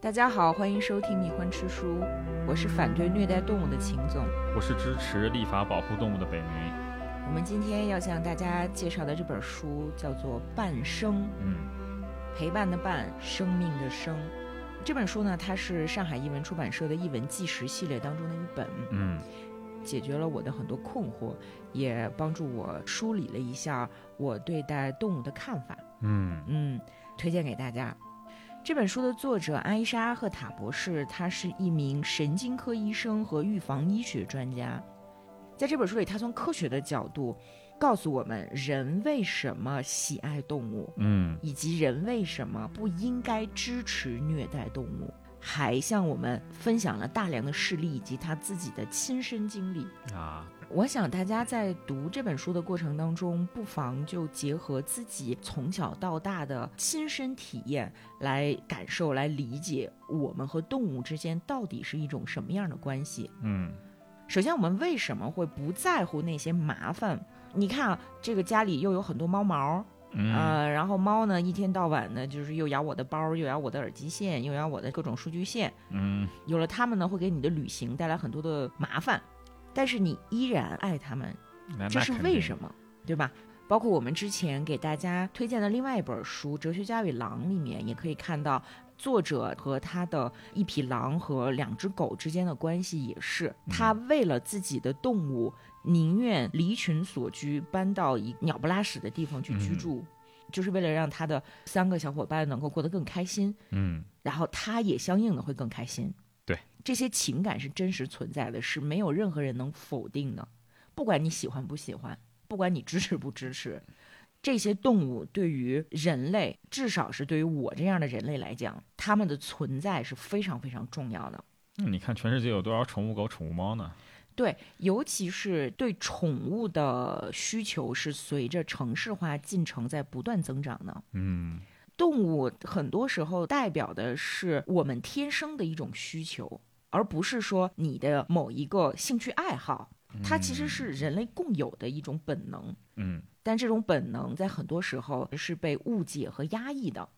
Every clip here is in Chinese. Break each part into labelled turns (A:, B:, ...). A: 大家好，欢迎收听《迷婚吃书》，我是反对虐待动物的秦总。
B: 我是支持立法保护动物的北梅。
A: 我们今天要向大家介绍的这本书叫做《半生
B: 嗯，》，
A: 陪伴的伴，生命的生。这本书呢，它是上海译文出版社的译文纪实系列当中的一本，
B: 嗯，
A: 解决了我的很多困惑，也帮助我梳理了一下我对待动物的看法。
B: 嗯，
A: 嗯，推荐给大家。这本书的作者艾莎·赫塔博士，他是一名神经科医生和预防医学专家。在这本书里，他从科学的角度告诉我们人为什么喜爱动物，
B: 嗯，
A: 以及人为什么不应该支持虐待动物，还向我们分享了大量的事例以及他自己的亲身经历。
B: 啊，
A: 我想大家在读这本书的过程当中，不妨就结合自己从小到大的亲身体验来感受、来理解我们和动物之间到底是一种什么样的关系。
B: 嗯，
A: 首先，我们为什么会不在乎那些麻烦？你看啊，这个家里又有很多猫毛，
B: 嗯，
A: 呃，然后猫呢一天到晚呢就是又咬我的包，又咬我的耳机线，又咬我的各种数据线，
B: 嗯，
A: 有了它们呢，会给你的旅行带来很多的麻烦，但是你依然爱它们，
B: 那
A: 这是为什
B: 么？
A: 么，对吧？包括我们之前给大家推荐的另外一本书《哲学家与狼》里面，也可以看到作者和他的一匹狼和两只狗之间的关系，也是
B: 嗯
A: 他为了自己的动物，宁愿离群索居，搬到一鸟不拉屎的地方去居
B: 嗯
A: 住，就是为了让他的三个小伙伴能够过得更开心。
B: 嗯，
A: 然后他也相应的会更开心。
B: 对，
A: 这些情感是真实存在的，是没有任何人能否定的。不管你喜欢不喜欢，不管你支持不支持，这些动物对于人类，至少是对于我这样的人类来讲，它们的存在是非常非常重要的。
B: 那你看全世界有多少宠物狗、宠物猫呢？
A: 对，尤其是对宠物的需求是随着城市化进程在不断增长的。
B: 嗯，
A: 动物很多时候代表的是我们天生的一种需求，而不是说你的某一个兴趣爱好，它其实是人类共有的一种本能。
B: 嗯，
A: 但这种本能在很多时候是被误解和压抑的。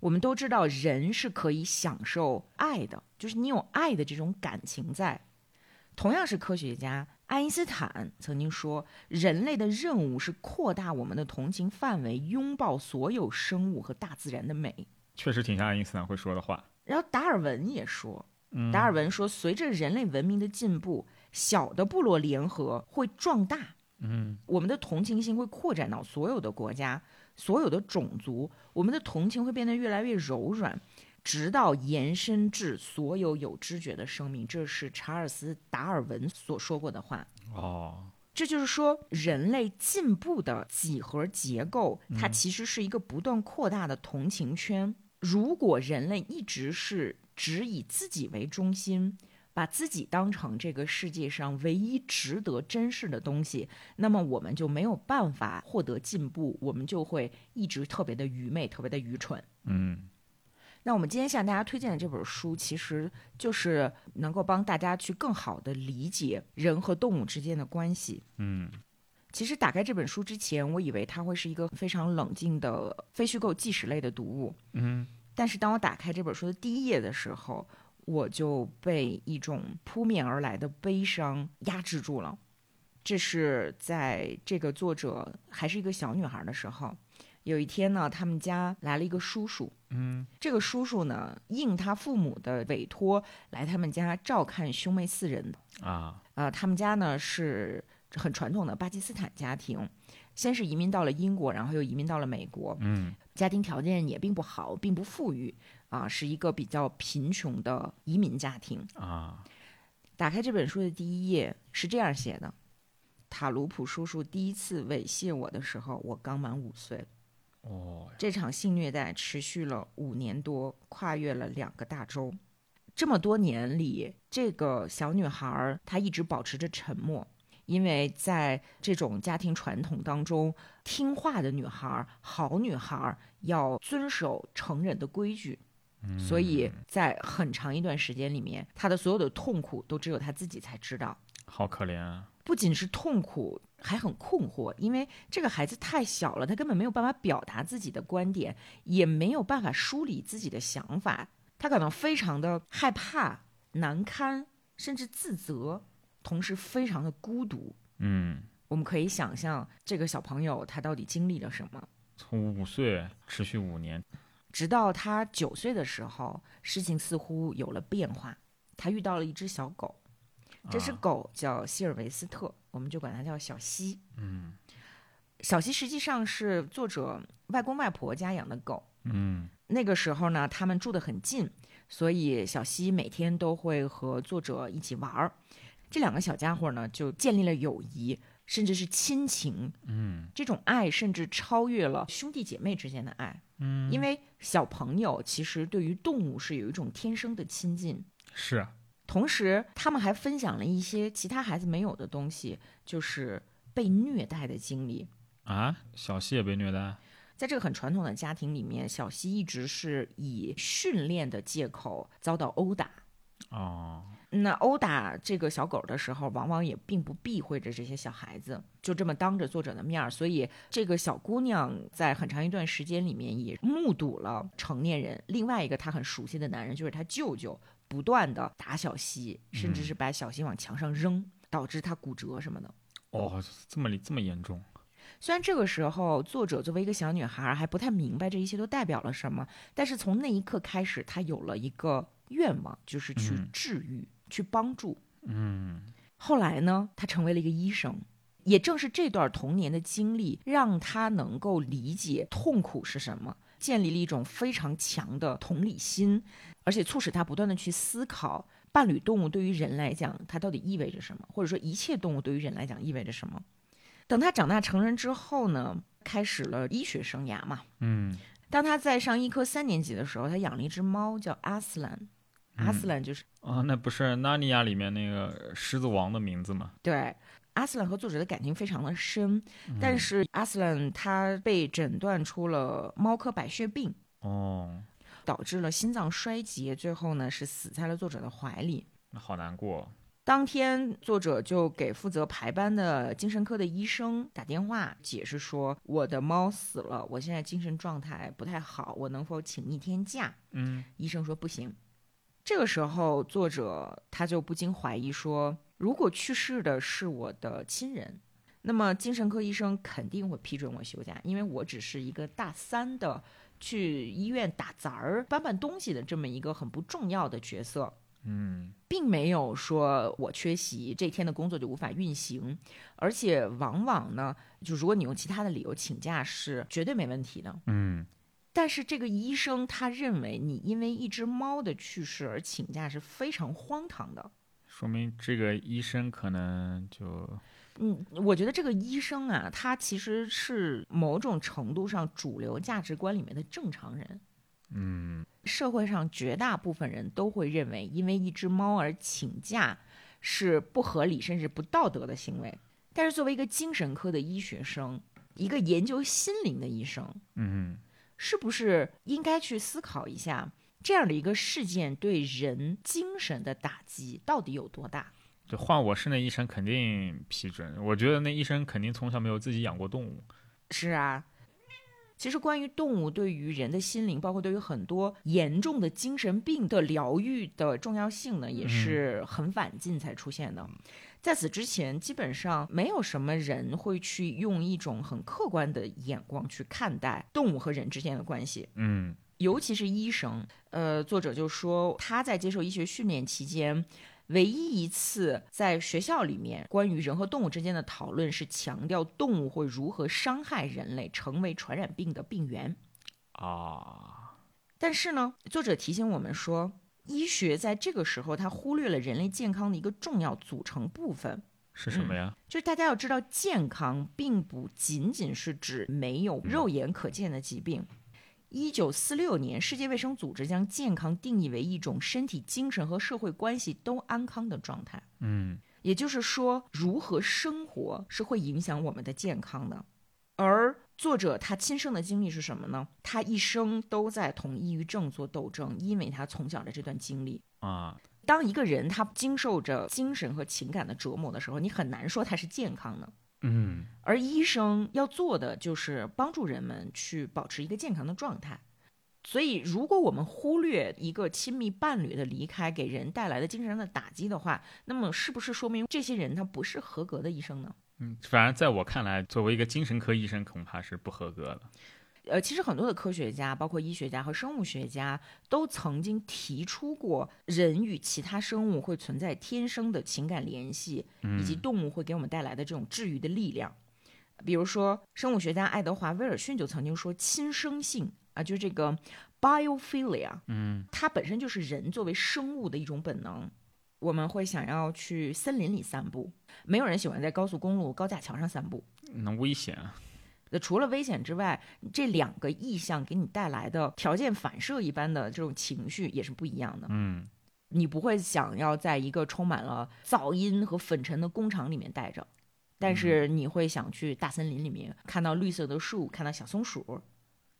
A: 我们都知道，人是可以享受爱的，就是你有爱的这种感情在。同样是科学家，爱因斯坦曾经说，人类的任务是扩大我们的同情范围，拥抱所有生物和大自然的美。
B: 确实挺像爱因斯坦会说的话。
A: 然后达尔文也说，
B: 嗯
A: 达尔文说，随着人类文明的进步，小的部落联合会壮大，
B: 嗯
A: 我们的同情心会扩展到所有的国家、所有的种族，我们的同情会变得越来越柔软，直到延伸至所有有知觉的生命。这是查尔斯·达尔文所说过的话。
B: 哦，
A: 这就是说，人类进步的几何结构，它其实是一个不断扩大的同情圈。如果人类一直是只以自己为中心，把自己当成这个世界上唯一值得珍视的东西，那么我们就没有办法获得进步，我们就会一直特别的愚昧，特别的愚蠢。
B: 嗯
A: 那我们今天向大家推荐的这本书，其实就是能够帮大家去更好的理解人和动物之间的关系。
B: 嗯
A: 其实打开这本书之前，我以为它会是一个非常冷静的非虚构纪实类的读物，
B: 嗯
A: 但是当我打开这本书的第一页的时候，我就被一种扑面而来的悲伤压制住了。这是在这个作者还是一个小女孩的时候，有一天呢，他们家来了一个叔叔，
B: 嗯
A: 这个叔叔呢应他父母的委托来他们家照看兄妹四人
B: 啊，
A: 呃，他们家呢是很传统的巴基斯坦家庭，先是移民到了英国，然后又移民到了美国，
B: 嗯
A: 家庭条件也并不好，并不富裕，啊、是一个比较贫穷的移民家庭。
B: 啊，
A: 打开这本书的第一页是这样写的：塔鲁普叔叔第一次猥亵我的时候，我刚满五岁。
B: 哦，
A: 这场性虐待持续了五年多，跨越了两个大洲。这么多年里，这个小女孩儿她一直保持着沉默，因为在这种家庭传统当中，听话的女孩儿、好女孩儿要遵守成人的规矩。所以在很长一段时间里面，她的所有的痛苦都只有她自己才知道。
B: 好可怜啊。
A: 不仅是痛苦，还很困惑，因为这个孩子太小了，他根本没有办法表达自己的观点，也没有办法梳理自己的想法。他感到非常的害怕、难堪，甚至自责，同时非常的孤独。
B: 嗯，
A: 我们可以想象这个小朋友他到底经历了什么。
B: 从五岁持续五年，
A: 直到他九岁的时候，事情似乎有了变化。他遇到了一只小狗，这只
B: 啊
A: 狗叫希尔维斯特，我们就管它叫小希。
B: 嗯
A: 小希实际上是作者外公外婆家养的狗。
B: 嗯
A: 那个时候呢，他们住得很近，所以小希每天都会和作者一起玩儿。这两个小家伙呢，就建立了友谊，甚至是亲情。
B: 嗯
A: 这种爱甚至超越了兄弟姐妹之间的爱，
B: 嗯，
A: 因为小朋友其实对于动物是有一种天生的亲近。
B: 是啊
A: 同时，他们还分享了一些其他孩子没有的东西，就是被虐待的经历。
B: 啊，小西也被虐待，
A: 在这个很传统的家庭里面，小希一直是以训练的借口遭到殴打。
B: 哦，
A: 那殴打这个小狗的时候，往往也并不避讳着这些小孩子，就这么当着作者的面儿。所以，这个小姑娘在很长一段时间里面也目睹了成年人另外一个她很熟悉的男人，就是她舅舅，不断的打小西，甚至是把小西往墙上扔，导致她骨折什么的。
B: 哦，这么这么严重，
A: 虽然这个时候作者作为一个小女孩还不太明白这一切都代表了什么，但是从那一刻开始，她有了一个愿望，就是去
B: 嗯
A: 治愈、去帮助。
B: 嗯
A: 后来呢，她成为了一个医生。也正是这段童年的经历，让她能够理解痛苦是什么，建立了一种非常强的同理心，而且促使她不断的去思考伴侣动物对于人来讲，它到底意味着什么，或者说一切动物对于人来讲意味着什么。等她长大成人之后呢，开始了医学生涯嘛。
B: 嗯
A: 当她在上医科三年级的时候，她养了一只猫叫阿斯兰，阿斯兰就是。
B: 啊，那不是《纳尼亚》里面那个狮子王的名字吗？
A: 对，阿斯兰和作者的感情非常的深，但是阿斯兰他被诊断出了猫科白血病，
B: 哦，
A: 导致了心脏衰竭，最后呢是死在了作者的怀里。
B: 那好难过，
A: 当天，作者就给负责排班的精神科的医生打电话，解释说：“我的猫死了，我现在精神状态不太好，我能否请一天假？”
B: 嗯
A: 医生说不行。这个时候，作者他就不禁怀疑说，如果去世的是我的亲人，那么精神科医生肯定会批准我休假，因为我只是一个大三的去医院打杂儿、搬搬东西的这么一个很不重要的角色，
B: 嗯
A: 并没有说我缺席这天的工作就无法运行，而且往往呢，就如果你用其他的理由请假是绝对没问题的。
B: 嗯，
A: 但是这个医生他认为你因为一只猫的去世而请假是非常荒唐的。
B: 说明这个医生可能就
A: 嗯，我觉得这个医生啊，他其实是某种程度上主流价值观里面的正常人。
B: 嗯
A: 社会上绝大部分人都会认为，因为一只猫而请假是不合理甚至不道德的行为。但是作为一个精神科的医学生，一个研究心灵的医生，
B: 嗯
A: 是不是应该去思考一下，这样的一个事件对人精神的打击到底有多大？
B: 就换我是那医生肯定批准，我觉得那医生肯定从小没有自己养过动物。
A: 是啊，其实关于动物对于人的心灵，包括对于很多严重的精神病的疗愈的重要性呢，也是很晚近才出现的。在此之前，基本上没有什么人会去用一种很客观的眼光去看待动物和人之间的关系。
B: 嗯
A: 尤其是医生。呃，作者就说他在接受医学训练期间，唯一一次在学校里面关于人和动物之间的讨论是强调动物会如何伤害人类，成为传染病的病源。
B: 啊，
A: 但是呢，作者提醒我们说，医学在这个时候它忽略了人类健康的一个重要组成部分。
B: 是什么呀？
A: 就是大家要知道，健康并不仅仅是指没有肉眼可见的疾病。一九四六年，世界卫生组织将健康定义为一种身体、精神和社会关系都安康的状态。
B: 嗯
A: 也就是说，如何生活是会影响我们的健康的。而作者他亲身的经历是什么呢？他一生都在同抑郁症做斗争，因为他从小的这段经历。
B: 啊，
A: 当一个人他经受着精神和情感的折磨的时候，你很难说他是健康的。
B: 嗯
A: 而医生要做的就是帮助人们去保持一个健康的状态。所以，如果我们忽略一个亲密伴侣的离开给人带来的精神上的打击的话，那么是不是说明这些人他不是合格的医生呢？
B: 嗯，反正在我看来，作为一个精神科医生，恐怕是不合格的。
A: 呃，其实很多的科学家，包括医学家和生物学家，都曾经提出过，人与其他生物会存在天生的情感联系，以及动物会给我们带来的这种治愈的力量。比如说，生物学家爱德华·威尔逊就曾经说，亲生性啊，就是这个 biophilia，嗯，它本身就是人作为生物的一种本能。我们会想要去森林里散步，没有人喜欢在高速公路、高架桥上散步。
B: 那危险啊！
A: 那除了危险之外，这两个意象给你带来的条件反射一般的这种情绪也是不一样的。
B: 嗯，
A: 你不会想要在一个充满了噪音和粉尘的工厂里面待着，但是你会想去大森林里面看到绿色的树，看到小松鼠。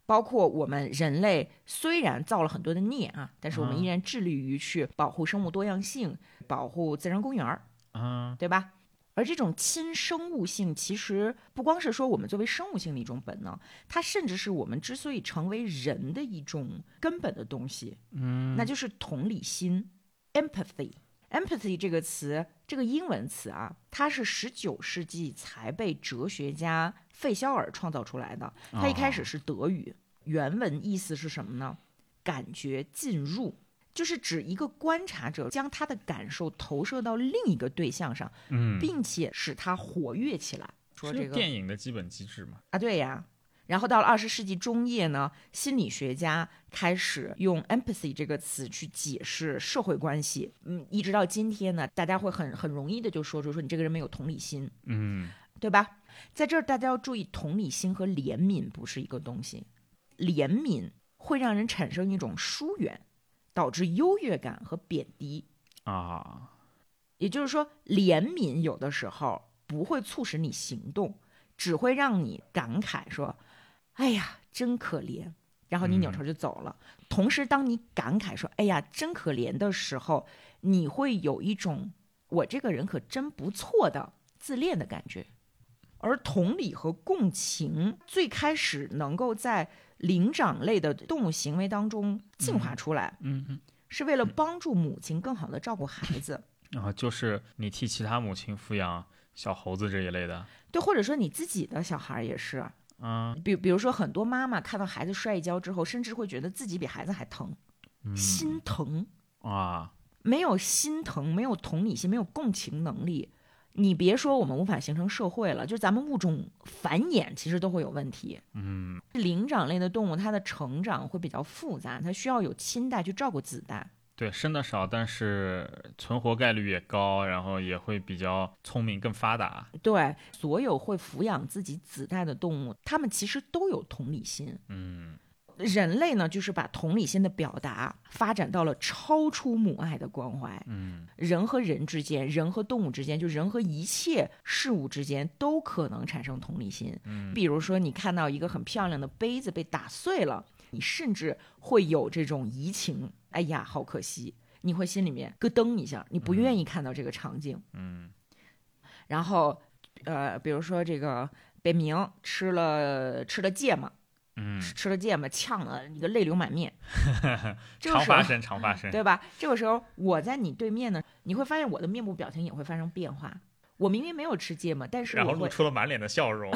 A: 包括我们人类虽然造了很多的孽啊，但是我们依然致力于去保护生物多样性，保护自然公园儿。
B: 啊，
A: 对吧？而这种亲生物性，其实不光是说我们作为生物性的一种本能，它甚至是我们之所以成为人的一种根本的东西。嗯，那就是同理心 （empathy）。empathy 这个词，这个英文词啊，它是十九世纪才被哲学家费肖尔创造出来的。它一开始是德语，原文意思是什么呢？感觉进入。就是指一个观察者将他的感受投射到另一个对象上，
B: 嗯，
A: 并且使它活跃起来。说这
B: 是
A: 个
B: 电影的基本机制嘛。
A: 啊，对呀。然后到了二十世纪中叶呢，心理学家开始用 empathy 这个词去解释社会关系。嗯，一直到今天呢，大家会很很容易的就说出说你这个人没有同理心，
B: 嗯，
A: 对吧？在这儿大家要注意，同理心和怜悯不是一个东西。怜悯会让人产生一种疏远，导致优越感和贬低。
B: 啊，
A: 也就是说，怜悯有的时候不会促使你行动，只会让你感慨说：“哎呀，真可怜。”然后你扭头
B: 嗯
A: 就走了。同时，当你感慨说“哎呀，真可怜”的时候，你会有一种“我这个人可真不错”的自恋的感觉。而同理和共情最开始能够在灵长类的动物行为当中进化出来，
B: 嗯嗯。
A: 是为了帮助母亲更好的照顾孩子。
B: 然后就是你替其他母亲抚养小猴子这一类的，
A: 对，或者说你自己的小孩儿也是，
B: 啊，
A: 比比如说很多妈妈看到孩子摔一跤之后，甚至会觉得自己比孩子还疼，心疼，
B: 啊，
A: 没有心疼，没有同理心，没有共情能力。你别说我们无法形成社会了，就咱们物种繁衍其实都会有问题。
B: 嗯，
A: 灵长类的动物它的成长会比较复杂，它需要有亲代去照顾子代。
B: 对，生的少，但是存活概率也高，然后也会比较聪明，更发达。
A: 对，所有会抚养自己子代的动物，它们其实都有同理心。
B: 嗯，
A: 人类呢，就是把同理心的表达发展到了超出母爱的关怀。
B: 嗯，
A: 人和人之间，人和动物之间，就人和一切事物之间，都可能产生同理心。嗯，比如说，你看到一个很漂亮的杯子被打碎了，你甚至会有这种移情，哎呀，好可惜，你会心里面咯噔一下，你不愿意看到这个场景。
B: 嗯，
A: 然后，呃，比如说这个北冥吃了吃了芥末，
B: 嗯
A: 吃吃了芥末，呛得你个泪流满 面。这个
B: 常
A: 时
B: 发
A: 候，
B: 生，常发生。
A: 对吧？这个时候我在你对面呢，你会发现我的面部表情也会发生变化。我明明没有吃芥末，但是
B: 然后
A: 我
B: 露
A: 会，
B: 出了满脸的笑容。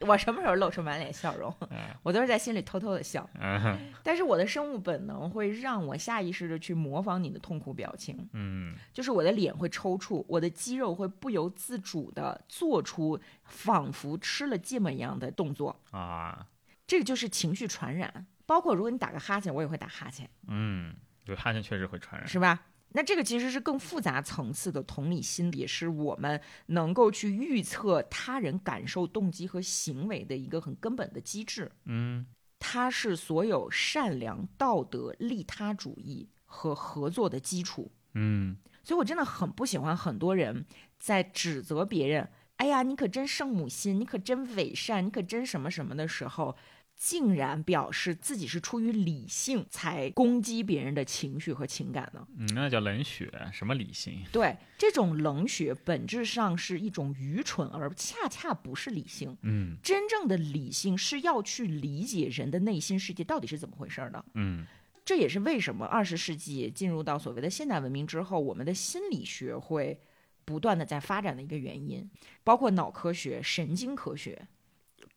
A: 我什么时候露出满脸笑容
B: 哎？
A: 我都是在心里偷偷的笑。
B: 嗯
A: 但是我的生物本能会让我下意识的去模仿你的痛苦表情，
B: 嗯
A: 就是我的脸会抽搐，我的肌肉会不由自主的做出仿佛吃了芥末一样的动作。
B: 啊，
A: 这个就是情绪传染，包括如果你打个哈欠，我也会打哈欠。
B: 嗯，对，汗腺确实会传染。
A: 是吧？那这个其实是更复杂层次的同理心，也是我们能够去预测他人感受、动机和行为的一个很根本的机制。
B: 嗯
A: 它是所有善良、道德、利他主义和合作的基础。
B: 嗯
A: 所以我真的很不喜欢很多人在指责别人，哎呀，你可真圣母心，你可真伪善，你可真什么什么的时候，竟然表示自己是出于理性才攻击别人的情绪和情感呢？
B: 嗯，那叫冷血，什么理性？
A: 对，这种冷血本质上是一种愚蠢，而恰恰不是理性。
B: 嗯
A: 真正的理性是要去理解人的内心世界到底是怎么回事儿的。
B: 嗯
A: 这也是为什么二十世纪进入到所谓的现代文明之后，我们的心理学会不断的在发展的一个原因，包括脑科学、神经科学，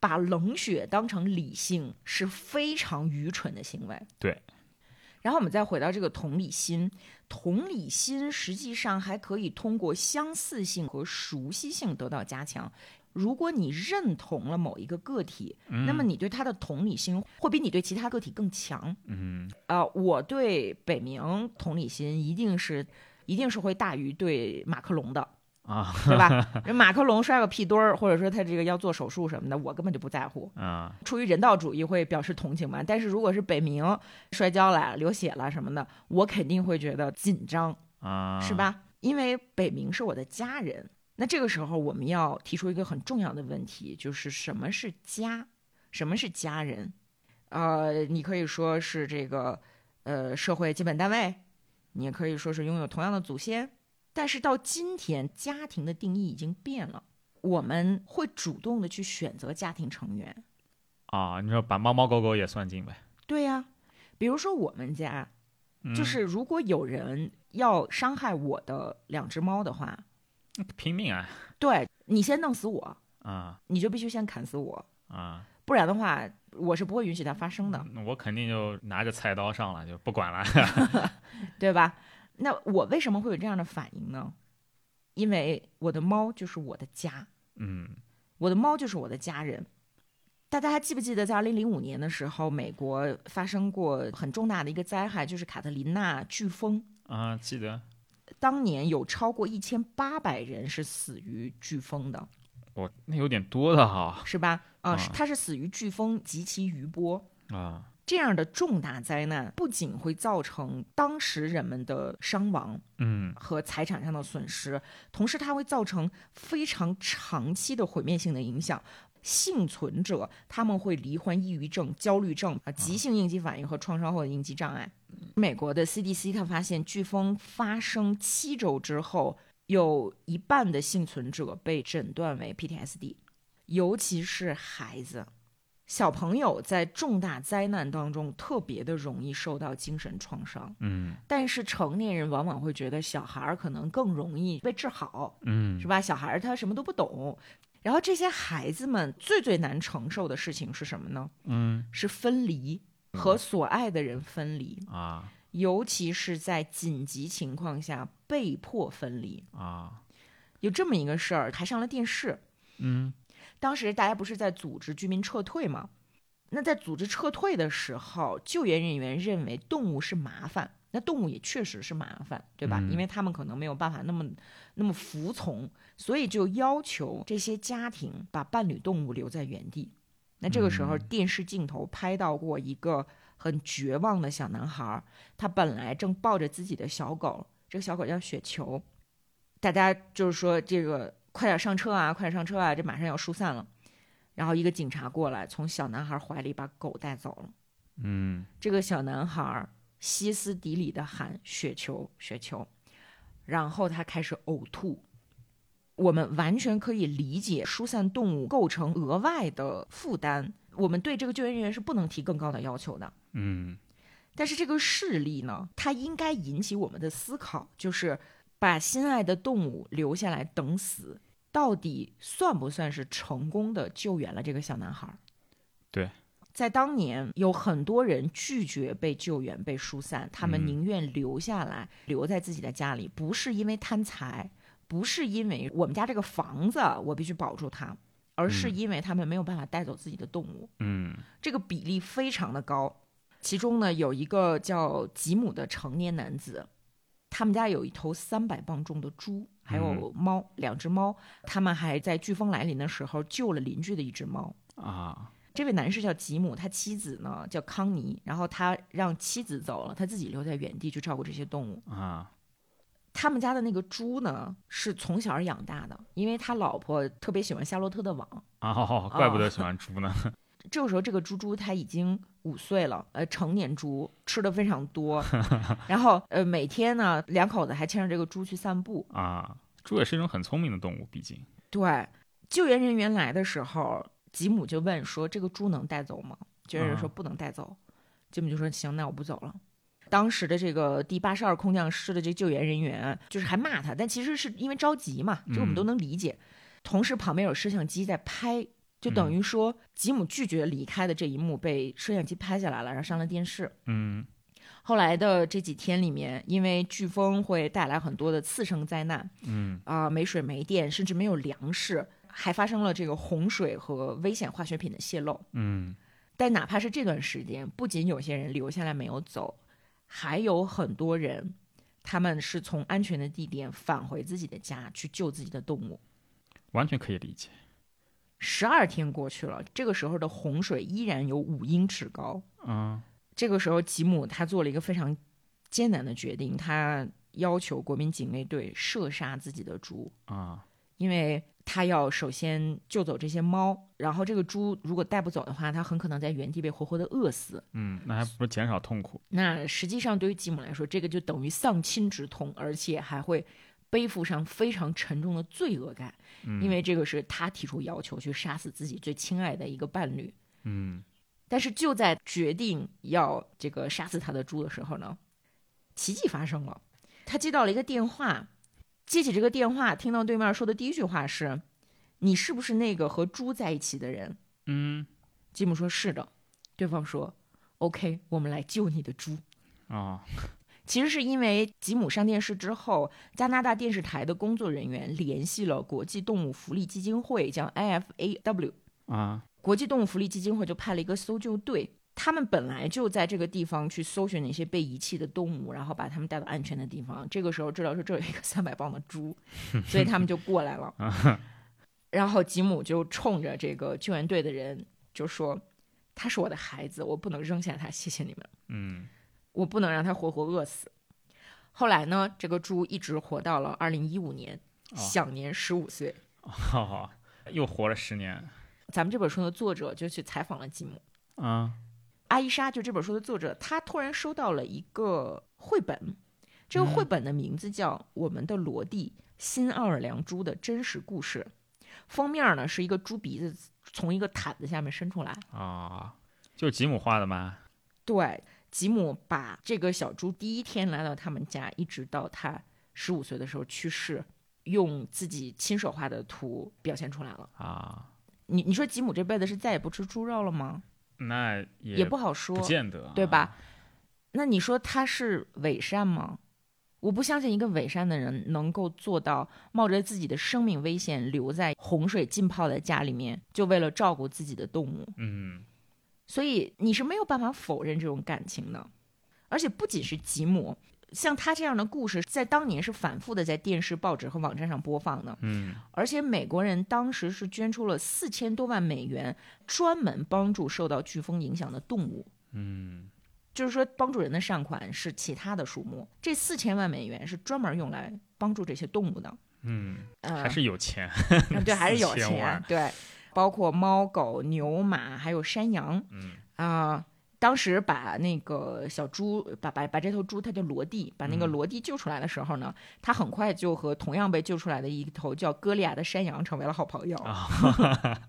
A: 把冷血当成理性是非常愚蠢的行为。
B: 对。
A: 然后我们再回到这个同理心，同理心实际上还可以通过相似性和熟悉性得到加强。如果你认同了某一个个体，那么你对他的同理心会比你对其他个体更强。
B: 嗯，
A: 啊，我对北明同理心一定是一定是会大于对马克龙的
B: 啊，
A: 对吧？人马克龙摔个屁墩儿，或者说他这个要做手术什么的，我根本就不在乎。
B: 啊，
A: 出于人道主义会表示同情嘛，但是如果是北明摔跤了、流血了什么的，我肯定会觉得紧张，
B: 啊，
A: 是？吧？因为北明是我的家人。那这个时候我们要提出一个很重要的问题，就是什么是家，什么是家人？呃，你可以说是这个呃社会基本单位，你也可以说是拥有同样的祖先，但是到今天家庭的定义已经变了，我们会主动的去选择家庭成员。
B: 啊，你说把猫猫狗狗也算进呗？
A: 对呀、比如说我们家，
B: 嗯
A: 就是如果有人要伤害我的两只猫的话，
B: 拼命啊
A: 对你先弄死我，
B: 啊
A: 你就必须先砍死我，
B: 啊！
A: 不然的话，我是不会允许它发生的，
B: 我肯定就拿着菜刀上了，就不管了。
A: 对吧？那我为什么会有这样的反应呢？因为我的猫就是我的家，
B: 嗯
A: 我的猫就是我的家人。大家还记不记得，在二零零五年的时候，美国发生过很重大的一个灾害，就是卡特琳娜飓风。
B: 啊，记得
A: 当年有超过一千八百人是死于飓风的，
B: 我那有点多的哈
A: 是吧？啊、
B: 啊
A: 是它是死于飓风及其余波。
B: 啊，
A: 这样的重大灾难不仅会造成当时人们的伤亡
B: 嗯
A: 和财产上的损失，同时它会造成非常长期的毁灭性的影响。幸存者他们会罹患抑郁症、焦虑症、啊急性应激反应和创伤后的应激障碍。美国的 CDC 它发现，飓风发生七周之后，有一半的幸存者被诊断为 PTSD，尤其是孩子。小朋友在重大灾难当中特别的容易受到精神创伤，
B: 嗯
A: 但是成年人往往会觉得小孩儿可能更容易被治好，
B: 嗯
A: 是吧？小孩儿他什么都不懂，然后这些孩子们最最难承受的事情是什么呢？
B: 嗯
A: 是分离和所爱的人分离。
B: 啊
A: 尤其是在紧急情况下被迫分离。
B: 啊
A: 有这么一个事儿，还上了电视。
B: 嗯
A: 当时大家不是在组织居民撤退吗？那在组织撤退的时候，救援人员认为动物是麻烦，那动物也确实是麻烦，对吧？
B: 嗯
A: 因为他们可能没有办法那么那么服从，所以就要求这些家庭把伴侣动物留在原地。那这个时
B: 嗯
A: 候，电视镜头拍到过一个很绝望的小男孩儿，他本来正抱着自己的小狗，这个小狗叫雪球。大家就是说这个快点上车啊，快点上车啊，这马上要疏散了。然后一个警察过来，从小男孩怀里把狗带走了。
B: 嗯
A: 这个小男孩歇斯底里的喊“雪球，雪球”，然后他开始呕吐。我们完全可以理解疏散动物构成额外的负担，我们对这个救援人员是不能提更高的要求的。
B: 嗯
A: 但是这个事例呢，它应该引起我们的思考，就是把心爱的动物留下来等死，到底算不算是成功的救援了这个小男孩？
B: 对，
A: 在当年有很多人拒绝被救援、被疏散，他们
B: 嗯
A: 宁愿留下来，留在自己的家里，不是因为贪财，不是因为我们家这个房子我必须保住它，而是因为他们没有办法带走自己的动物。
B: 嗯
A: 这个比例非常的高。其中呢，有一个叫吉姆的成年男子，他们家有一头三百磅重的猪，还有猫，两只猫。他们还在飓风来临的时候救了邻居的一只猫。
B: 啊
A: 这位男士叫吉姆，他妻子呢叫康妮，然后他让妻子走了，他自己留在原地去照顾这些动物。
B: 啊
A: 他们家的那个猪呢，是从小养大的，因为他老婆特别喜欢夏洛特的网，
B: 啊啊！怪不得喜欢猪呢。
A: 这个时候，这个猪猪它已经五岁了，呃，成年猪吃的非常多，然后呃，每天呢，两口子还牵着这个猪去散步。
B: 啊，猪也是一种很聪明的动物，毕竟
A: 对，救援人员来的时候，吉姆就问说：“这个猪能带走吗？”救援人员说：“
B: 啊
A: 不能带走。吉姆就说：“行，那我不走了。”当时的这个第八十二空降师的这救援人员，就是还骂他，但其实是因为着急嘛，这个我们
B: 嗯
A: 都能理解。同时旁边有摄像机在拍，就等
B: 嗯
A: 于说吉姆拒绝离开的这一幕被摄像机拍下来了，然后上了电视。
B: 嗯
A: 后来的这几天里面，因为飓风会带来很多的次生灾难，
B: 嗯
A: 啊、没水没电，甚至没有粮食，还发生了这个洪水和危险化学品的泄漏。
B: 嗯
A: 但哪怕是这段时间，不仅有些人留下来没有走，还有很多人，他们是从安全的地点返回自己的家去救自己的动物。
B: 完全可以理解。
A: 十二天过去了，这个时候的洪水依然有五英尺高。
B: 嗯
A: 这个时候，吉姆他做了一个非常艰难的决定，他要求国民警卫队射杀自己的猪。
B: 啊，
A: 因为他要首先救走这些猫，然后这个猪如果带不走的话，它很可能在原地被活活的饿死。
B: 嗯，那还不是减少痛苦？
A: 那实际上对于吉姆来说，这个就等于丧亲之痛，而且还会背负上非常沉重的罪恶感，
B: 嗯
A: 因为这个是他提出要求去杀死自己最亲爱的一个伴侣。
B: 嗯
A: 但是就在决定要这个杀死他的猪的时候呢，奇迹发生了，他接到了一个电话，接起这个电话，听到对面说的第一句话是：“你是不是那个和猪在一起的人
B: 嗯？”
A: 吉姆说：“是的。”对方说：“OK，我们来救你的猪。”
B: 啊，
A: 其实是因为吉姆上电视之后，加拿大电视台的工作人员联系了国际动物福利基金会，叫 IFAW，
B: 啊
A: 国际动物福利基金会就派了一个搜救队，他们本来就在这个地方去搜寻那些被遗弃的动物，然后把他们带到安全的地方。这个时候知道说这有一个三百磅的猪，所以他们就过来了。 然后吉姆就冲着这个救援队的人就说：“他是我的孩子，我不能扔下他，谢谢你们，
B: 嗯
A: 我不能让他活活饿死。”后来呢，这个猪一直活到了二零一五年，
B: 哦
A: 享年十五岁。
B: 好好，又活了十年
A: 咱们这本书的作者就去采访了吉姆。
B: 啊
A: 阿伊莎，就这本书的作者，她突然收到了一个绘本，这个绘本的名字叫《我们的罗蒂：新奥尔良猪的真实故事》，封面呢是一个猪鼻子从一个毯子下面伸出来。
B: 啊，就是吉姆画的吗？
A: 对，吉姆把这个小猪第一天来到他们家，一直到他十五岁的时候去世，用自己亲手画的图表现出来了。
B: 啊，
A: 你你说吉姆这辈子是再也不吃猪肉了吗？
B: 那也
A: 也不好说，
B: 不见得、啊，
A: 对吧？那你说他是伪善吗？我不相信一个伪善的人能够做到冒着自己的生命危险留在洪水浸泡的家里面，就为了照顾自己的动物。
B: 嗯
A: 所以你是没有办法否认这种感情的。而且不仅是吉姆，像他这样的故事，在当年是反复的在电视、报纸和网站上播放的。
B: 嗯
A: 而且美国人当时是捐出了四千多万美元，专门帮助受到飓风影响的动物。
B: 嗯
A: 就是说，帮助人的善款是其他的数目，这四千万美元是专门用来帮助这些动物的。
B: 嗯，
A: 呃
B: 还，是有钱，
A: 嗯对，还是有
B: 4000
A: 钱
B: 万，
A: 对，包括猫、狗、牛、马，还有山羊
B: 嗯
A: 啊、当时把那个小猪，把把把这头猪，它叫罗蒂，把那个
B: 嗯
A: 罗蒂救出来的时候呢，它很快就和同样被救出来的一头叫歌利亚的山羊成为了好朋友。
B: 啊。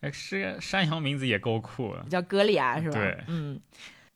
B: 哎，是山羊名字也够酷了，
A: 叫格里亚是吧？
B: 对
A: 嗯。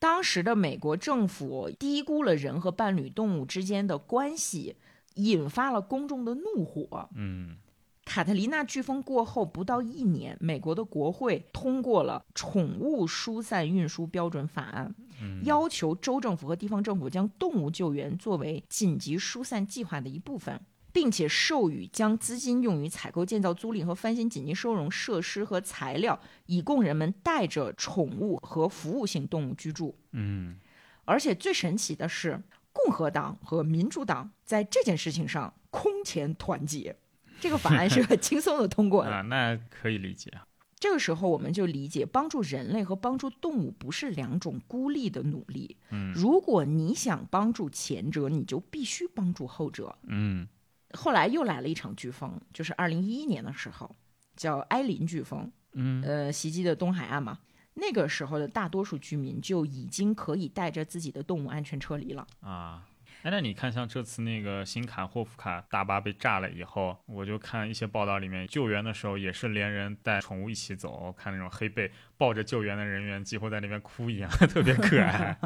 A: 当时的美国政府低估了人和伴侣动物之间的关系，引发了公众的怒火。
B: 嗯
A: 卡特琳娜飓风过后不到一年，美国的国会通过了《宠物疏散运输标准法案》，
B: 嗯，
A: 要求州政府和地方政府将动物救援作为紧急疏散计划的一部分，并且授予将资金用于采购、建造、租赁和翻新紧急收容设施和材料，以供人们带着宠物和服务性动物居住。
B: 嗯
A: 而且最神奇的是，共和党和民主党在这件事情上空前团结，这个法案是很轻松的通过的。
B: 啊，那可以理解啊，
A: 这个时候，我们就理解帮助人类和帮助动物不是两种孤立的努力。
B: 嗯
A: 如果你想帮助前者，你就必须帮助后者。
B: 嗯
A: 后来又来了一场飓风，就是二零一一年的时候，叫埃林飓风。
B: 嗯
A: 呃袭击的东海岸嘛。那个时候的大多数居民就已经可以带着自己的动物安全撤离了。
B: 啊。哎，那你看，像这次那个新坎霍夫卡大巴被炸了以后，我就看一些报道里面，救援的时候也是连人带宠物一起走，看那种黑背抱着救援的人员，几乎在那边哭一样， 特别可爱。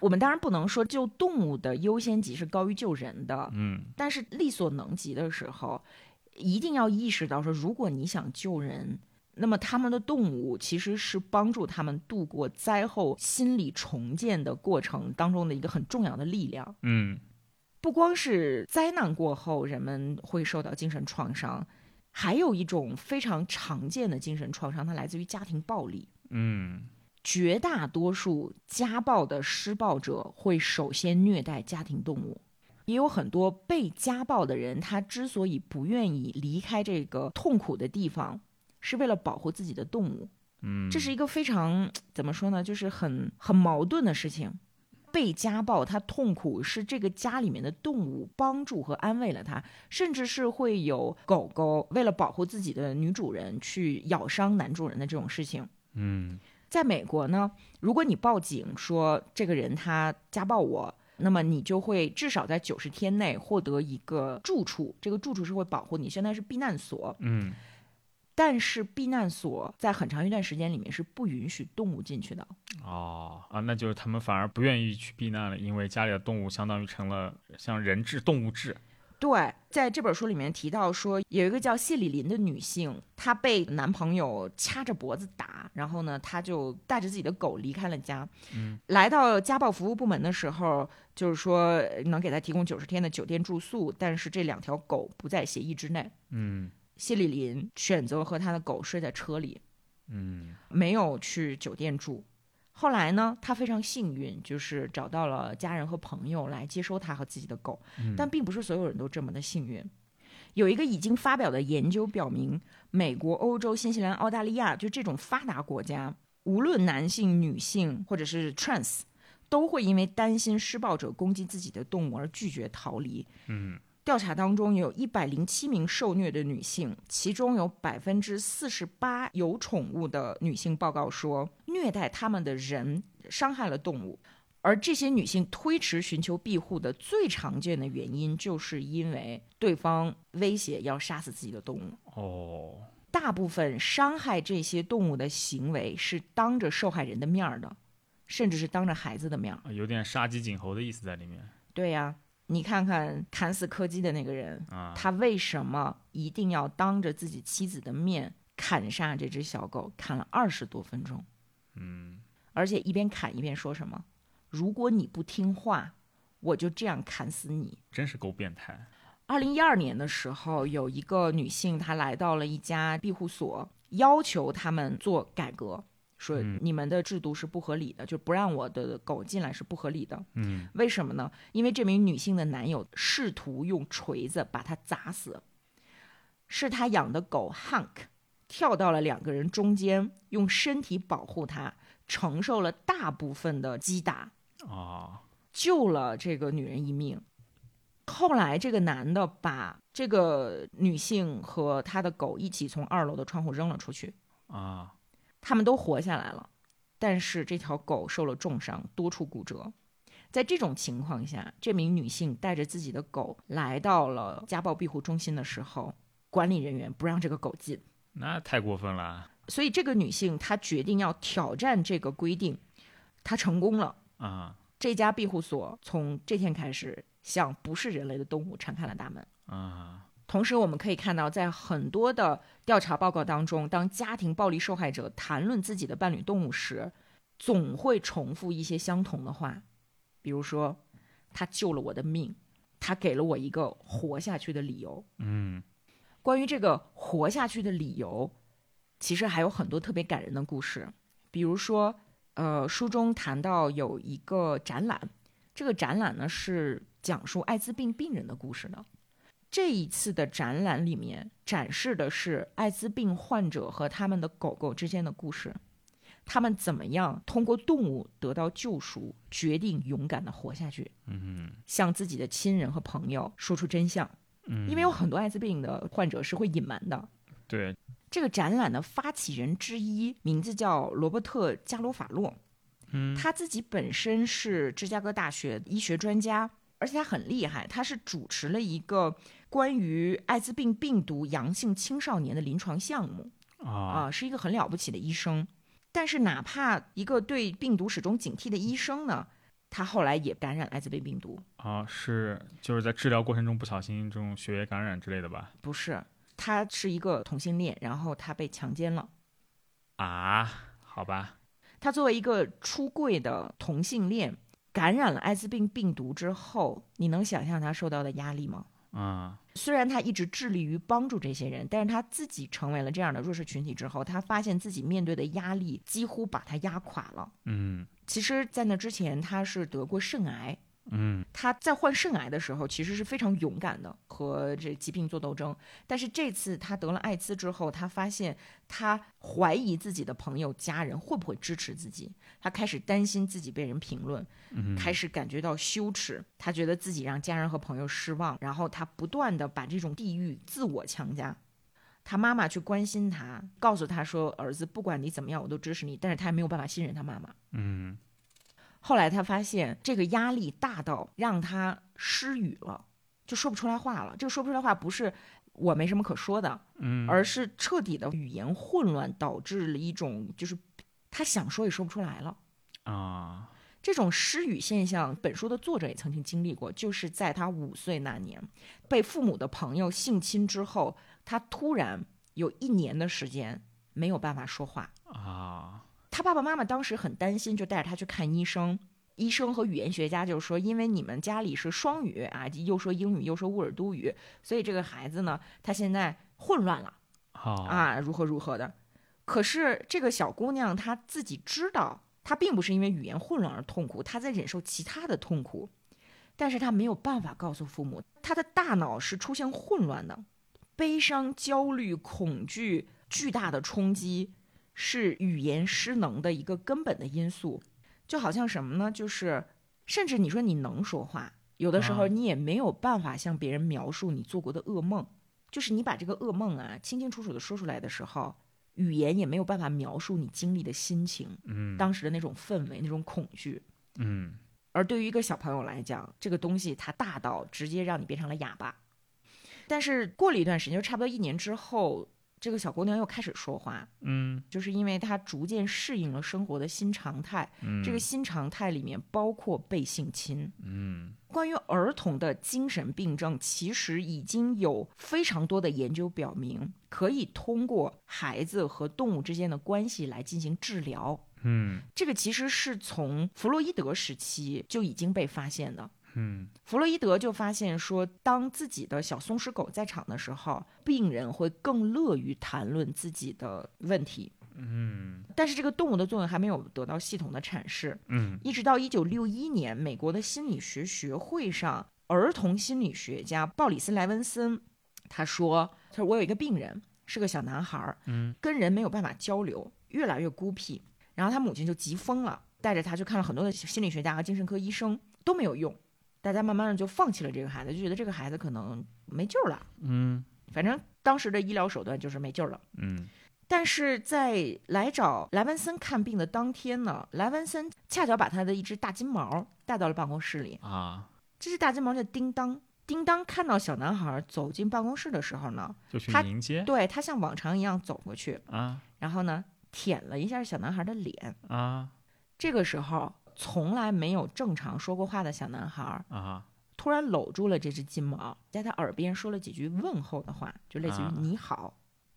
A: 我们当然不能说救动物的优先级是高于救人的，
B: 嗯
A: 但是力所能及的时候，一定要意识到说，如果你想救人，那么他们的动物其实是帮助他们度过灾后心理重建的过程当中的一个很重要的力量。
B: 嗯
A: 不光是灾难过后人们会受到精神创伤，还有一种非常常见的精神创伤，它来自于家庭暴力。
B: 嗯
A: 绝大多数家暴的施暴者会首先虐待家庭动物，也有很多被家暴的人，他之所以不愿意离开这个痛苦的地方，是为了保护自己的动物。
B: 嗯，
A: 这是一个非常怎么说呢，就是很很矛盾的事情。被家暴，他痛苦是这个家里面的动物帮助和安慰了他，甚至是会有狗狗为了保护自己的女主人去咬伤男主人的这种事情。
B: 嗯
A: 在美国呢，如果你报警说这个人他家暴我，那么你就会至少在九十天内获得一个住处，这个住处是会保护你，现在是避难所。
B: 嗯
A: 但是避难所在很长一段时间里面是不允许动物进去的。
B: 哦啊，那就是他们反而不愿意去避难了，因为家里的动物相当于成了像人质、动物质。
A: 对，在这本书里面提到说，有一个叫谢里林的女性，她被男朋友掐着脖子打，然后呢，她就带着自己的狗离开了家。嗯，来到家暴服务部门的时候，就是说呃能给她提供九十天的酒店住宿，但是这两条狗不在协议之内。
B: 嗯
A: 谢里林选择和她的狗睡在车里，
B: 嗯
A: 没有去酒店住。后来呢，他非常幸运，就是找到了家人和朋友来接收他和自己的狗，但并不是所有人都这么的幸运。有一个已经发表的研究表明，美国、欧洲、新西兰、澳大利亚就这种发达国家，无论男性、女性或者是 trans，都会因为担心施暴者攻击自己的动物而拒绝逃离。
B: 嗯
A: 调查当中有一百零七名受虐的女性，其中有百分之四十八有宠物的女性报告说，虐待他们的人伤害了动物。而这些女性推迟寻求庇护的最常见的原因，就是因为对方威胁要杀死自己的动物。
B: 哦
A: 大部分伤害这些动物的行为是当着受害人的面儿的，甚至是当着孩子的面儿。
B: 有点杀鸡儆猴的意思在里面
A: 对呀、你看看砍死柯基的那个人，
B: 啊。
A: 他为什么一定要当着自己妻子的面砍杀这只小狗？砍了二十多分钟，
B: 嗯
A: 而且一边砍一边说什么：“如果你不听话，我就这样砍死你。”
B: 真是够变态。
A: 二零一二年的时候，有一个女性，她来到了一家庇护所，要求他们做改革，说
B: 嗯
A: 你们的制度是不合理的，就不让我的狗进来是不合理的。
B: 嗯
A: 为什么呢？因为这名女性的男友试图用锤子把她砸死，是她养的狗 Hank 跳到了两个人中间，用身体保护她，承受了大部分的击打，
B: 哦
A: 救了这个女人一命。后来，这个男的把这个女性和他的狗一起从二楼的窗户扔了出去，
B: 啊
A: 他们都活下来了，但是这条狗受了重伤，多处骨折。在这种情况下，这名女性带着自己的狗来到了家暴庇护中心的时候，管理人员不让这个狗进，
B: 那太过分了
A: 所以这个女性她决定要挑战这个规定，她成功了。
B: 啊
A: 这家庇护所从这天开始向不是人类的动物敞开了大门。
B: 啊！
A: 同时，我们可以看到，在很多的调查报告当中，当家庭暴力受害者谈论自己的伴侣动物时，总会重复一些相同的话，比如说“他救了我的命”，“他给了我一个活下去的理由”。
B: 嗯
A: 关于这个活下去的理由，其实还有很多特别感人的故事。比如说，呃，书中谈到有一个展览，这个展览呢是讲述艾滋病病人的故事的。这一次的展览里面展示的是艾滋病患者和他们的狗狗之间的故事，他们怎么样通过动物得到救赎，决定勇敢的活下去，
B: 嗯
A: 向自己的亲人和朋友说出真相。
B: 嗯，
A: 因为有很多艾滋病的患者是会隐瞒的。
B: 对
A: 这个展览的发起人之一名字叫罗伯特·加罗法洛，
B: 嗯，
A: 他自己本身是芝加哥大学医学专家，而且他很厉害，他是主持了一个关于艾滋病病毒阳性青少年的临床项目啊、
B: 啊，
A: 是一个很了不起的医生。但是，哪怕一个对病毒始终警惕的医生呢，他后来也感染艾滋病病毒。
B: 啊，是就是在治疗过程中不小心这种血液感染之类的吧？
A: 不是，他是一个同性恋，然后他被强奸了。
B: 啊，好吧，
A: 他作为一个出柜的同性恋，感染了艾滋病病毒之后，你能想象他受到的压力吗？
B: 嗯，
A: 虽然他一直致力于帮助这些人，但是他自己成为了这样的弱势群体之后，他发现自己面对的压力几乎把他压垮了。
B: 嗯
A: 其实，在那之前，他是得过肾癌，
B: 嗯
A: 他在患肾癌的时候其实是非常勇敢的，和这疾病做斗争。但是这次他得了艾滋之后，他发现他怀疑自己的朋友、家人会不会支持自己，他开始担心自己被人评论，
B: 嗯
A: 开始感觉到羞耻，他觉得自己让家人和朋友失望，然后他不断的把这种地域自我强加。他妈妈去关心他，告诉他说：“儿子，不管你怎么样，我都支持你。”但是他也没有办法信任他妈妈。
B: 嗯，
A: 后来他发现这个压力大到让他失语了，就说不出来话了。这个说不出来话不是我没什么可说的，
B: 嗯
A: 而是彻底的语言混乱导致了一种就是他想说也说不出来了。
B: 啊，
A: 这种失语现象，本书的作者也曾经经历过，就是在他五岁那年，被父母的朋友性侵之后，他突然有一年的时间没有办法说话。
B: 啊，
A: 他爸爸妈妈当时很担心，就带着他去看医生。医生和语言学家就是说，因为你们家里是双语啊，又说英语又说乌尔都语，所以这个孩子呢，他现在混乱了
B: 好，
A: 啊，如何如何的。可是这个小姑娘她自己知道，她并不是因为语言混乱而痛苦，她在忍受其他的痛苦，但是她没有办法告诉父母，她的大脑是出现混乱的，悲伤、焦虑、恐惧、巨大的冲击是语言失能的一个根本的因素。就好像什么呢？就是甚至你说你能说话，有的时候
B: 啊
A: 你也没有办法向别人描述你做过的噩梦。就是你把这个噩梦啊清清楚楚的说出来的时候，语言也没有办法描述你经历的心情，
B: 嗯
A: 当时的那种氛围、那种恐惧。
B: 嗯
A: 而对于一个小朋友来讲，这个东西它大到直接让你变成了哑巴。但是过了一段时间，就差不多一年之后，这个小姑娘又开始说话，
B: 嗯
A: 就是因为她逐渐适应了生活的新常态。
B: 嗯，
A: 这个新常态里面包括被性侵。
B: 嗯
A: 关于儿童的精神病症，其实已经有非常多的研究表明，可以通过孩子和动物之间的关系来进行治疗。
B: 嗯
A: 这个其实是从弗洛伊德时期就已经被发现的。
B: 嗯
A: 弗洛伊德就发现说，当自己的小松狮狗在场的时候，病人会更乐于谈论自己的问题。
B: 嗯
A: 但是这个动物的作用还没有得到系统的阐释，
B: 嗯
A: 一直到一九六一年，美国的心理学学会上，儿童心理学家鲍里斯莱文森他说：“他说我有一个病人，是个小男孩儿，
B: 嗯
A: 跟人没有办法交流，越来越孤僻。然后他母亲就急疯了，带着他去看了很多的心理学家和精神科医生，都没有用。大家慢慢的就放弃了这个孩子，就觉得这个孩子可能没救了。
B: 嗯
A: 反正当时的医疗手段就是没救了。
B: 嗯
A: 但是在来找莱文森看病的当天呢，莱文森恰巧把他的一只大金毛带到了办公室里。
B: 啊，
A: 这只大金毛叫叮当。叮当看到小男孩走进办公室的时候呢，
B: 就去
A: 他
B: 迎接
A: 对他像往常一样走过去，
B: 啊
A: 然后呢舔了一下小男孩的脸。
B: 啊
A: 这个时候，从来没有正常说过话的小男孩
B: 啊
A: 突然搂住了这只金毛，在他耳边说了几句问候的话，就类似于
B: 啊
A: “你好”，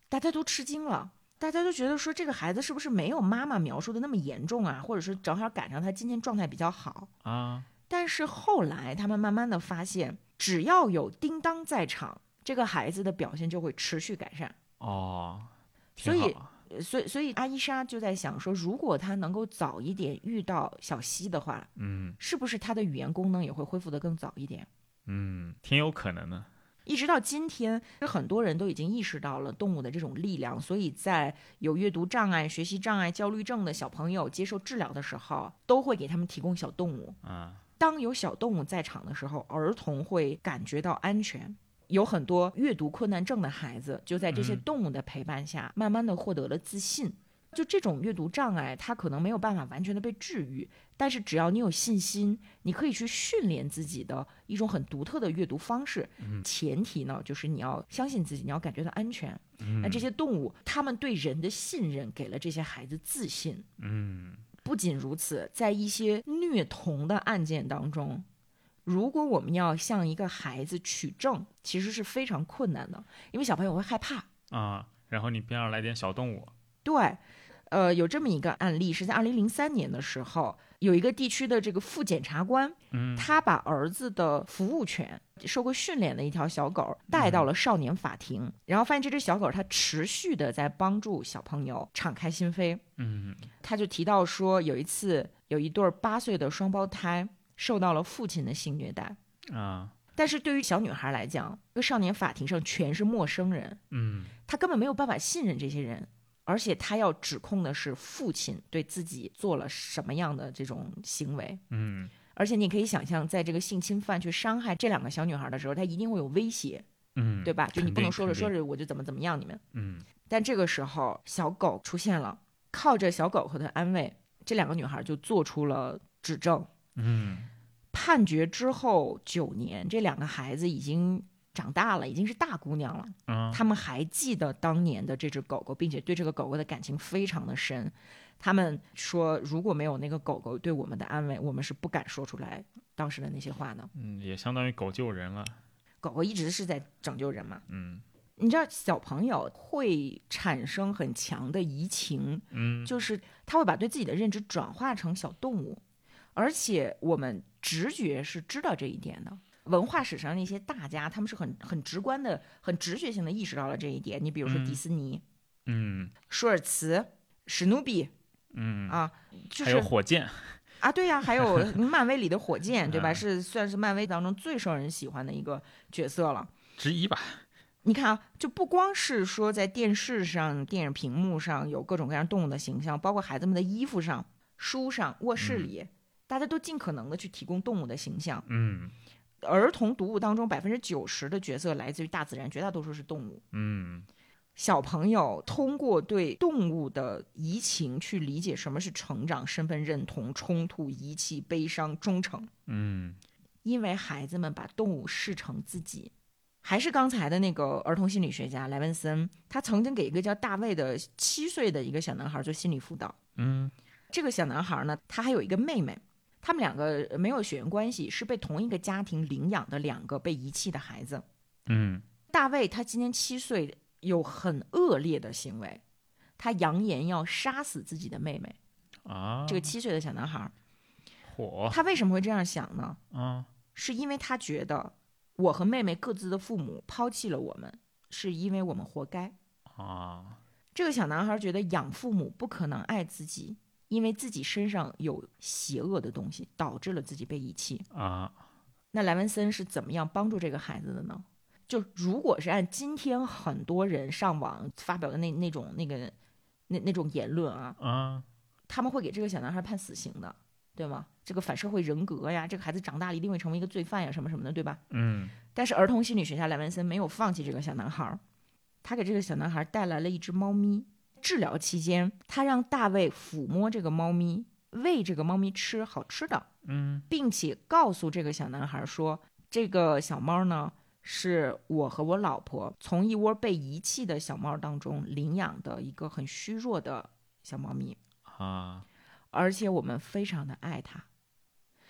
A: 大家都吃惊了。大家都觉得说这个孩子是不是没有妈妈描述的那么严重啊，或者是正好赶上他今天状态比较好。
B: 啊
A: 但是后来他们慢慢的发现，只要有叮当在场，这个孩子的表现就会持续改善。
B: 哦，
A: 所
B: 挺
A: 以
B: 好
A: 呃所以，所以阿伊莎就在想说，如果他能够早一点遇到小西的话，
B: 嗯
A: 是不是他的语言功能也会恢复得更早一点？
B: 嗯，挺有可能的，
A: 一直到今天，很多人都已经意识到了动物的这种力量，所以在有阅读障碍、学习障碍、焦虑症的小朋友接受治疗的时候，都会给他们提供小动物。
B: 啊
A: 当有小动物在场的时候，儿童会感觉到安全。有很多阅读困难症的孩子，就在这些
B: 嗯
A: 动物的陪伴下，慢慢的获得了自信。就这种阅读障碍，它可能没有办法完全的被治愈，但是只要你有信心，你可以去训练自己的一种很独特的阅读方式。前提呢，就是你要相信自己，你要感觉到安全。那这些动物，它们对人的信任，给了这些孩子自信。
B: 嗯
A: 不仅如此，在一些虐童的案件当中，如果我们要向一个孩子取证，其实是非常困难的，因为小朋友会害怕。
B: 啊，然后你边上来点小动物，
A: 对，呃，有这么一个案例，是在二零零三年的时候，有一个地区的这个副检察官，
B: 嗯
A: 他把儿子的服务犬。受过训练的一条小狗带
B: 嗯
A: 到了少年法庭，然后发现这只小狗它持续的在帮助小朋友敞开心扉，
B: 嗯
A: 他就提到说，有一次有一对儿八岁的双胞胎受到了父亲的性虐待，
B: 啊
A: 但是对于小女孩来讲，这个少年法庭上全是陌生人，
B: 嗯
A: 她根本没有办法信任这些人，而且她要指控的是父亲对自己做了什么样的这种行为。
B: 嗯
A: 而且你可以想象，在这个性侵犯去伤害这两个小女孩的时候，他一定会有威胁，
B: 嗯，
A: 对吧？就你不
B: 肯定
A: 能说着
B: 肯
A: 说
B: 定
A: 着我就怎么怎么样你们。
B: 嗯
A: 但这个时候，小狗出现了，靠着小狗和它安慰，这两个女孩就做出了指证。
B: 嗯
A: 判决之后九年，这两个孩子已经长大了，已经是大姑娘了。
B: 啊
A: 他们还记得当年的这只狗狗，并且对这个狗狗的感情非常的深。他们说，如果没有那个狗狗对我们的安慰，我们是不敢说出来当时的那些话的。
B: 嗯，也相当于狗救人了，
A: 狗狗一直是在拯救人嘛。
B: 嗯
A: 你知道，小朋友会产生很强的移情，
B: 嗯
A: 就是他会把对自己的认知转化成小动物，而且我们直觉是知道这一点的。文化史上那些大家，他们是很很直观的、很直觉性的意识到了这一点。你比如说
B: 嗯
A: 迪士尼、
B: 嗯
A: 舒尔茨、史努比
B: 嗯，
A: 啊，就
B: 还有
A: 是
B: 火箭，
A: 啊，对呀、还 有漫威里的火箭，对吧？
B: 嗯
A: 是算是漫威当中最受人喜欢的一个角色了。
B: 之一吧，
A: 你看啊，就不光是说在电视上、电影屏幕上有各种各样动物的形象，包括孩子们的衣服上、书上、卧室里，大家都尽可能的去提供动物的形象。
B: 嗯
A: 儿童读物当中，百分之九十的角色来自于大自然，绝大多数是动物。
B: 嗯
A: 小朋友通过对动物的移情去理解什么是成长、身份认同、冲突、遗弃、悲伤、忠诚。
B: 嗯
A: 因为孩子们把动物视成自己。还是刚才的那个儿童心理学家莱文森，他曾经给一个叫大卫的七岁的一个小男孩做心理辅导。
B: 嗯
A: 这个小男孩呢，他还有一个妹妹，他们两个呃没有血缘关系，是被同一个家庭领养的两个被遗弃的孩子。
B: 嗯
A: 大卫他今年七岁，有很恶劣的行为，他扬言要杀死自己的妹妹。
B: 啊，
A: 这个七岁的小男孩，
B: 火
A: 他为什么会这样想呢？
B: 啊
A: 是因为他觉得我和妹妹各自的父母抛弃了我们，是因为我们活该。
B: 啊，
A: 这个小男孩觉得养父母不可能爱自己，因为自己身上有邪恶的东西，导致了自己被遗弃。
B: 啊，
A: 那莱文森是怎么样帮助这个孩子的呢？就如果是按今天很多人上网发表的那那种那个那那种言论啊，
B: 啊，
A: 他们会给这个小男孩判死刑的，对吗？这个反社会人格呀，这个孩子长大了一定会成为一个罪犯呀，什么什么的，对吧？
B: 嗯
A: 但是儿童心理学家莱文森没有放弃这个小男孩，儿，他给这个小男孩儿带来了一只猫咪。治疗期间，他让大卫抚摸这个猫咪，喂这个猫咪吃好吃的，
B: 嗯
A: 并且告诉这个小男孩儿说，这个小猫呢是我和我老婆从一窝被遗弃的小猫当中领养的一个很虚弱的小猫咪，
B: 啊
A: 而且我们非常的爱它。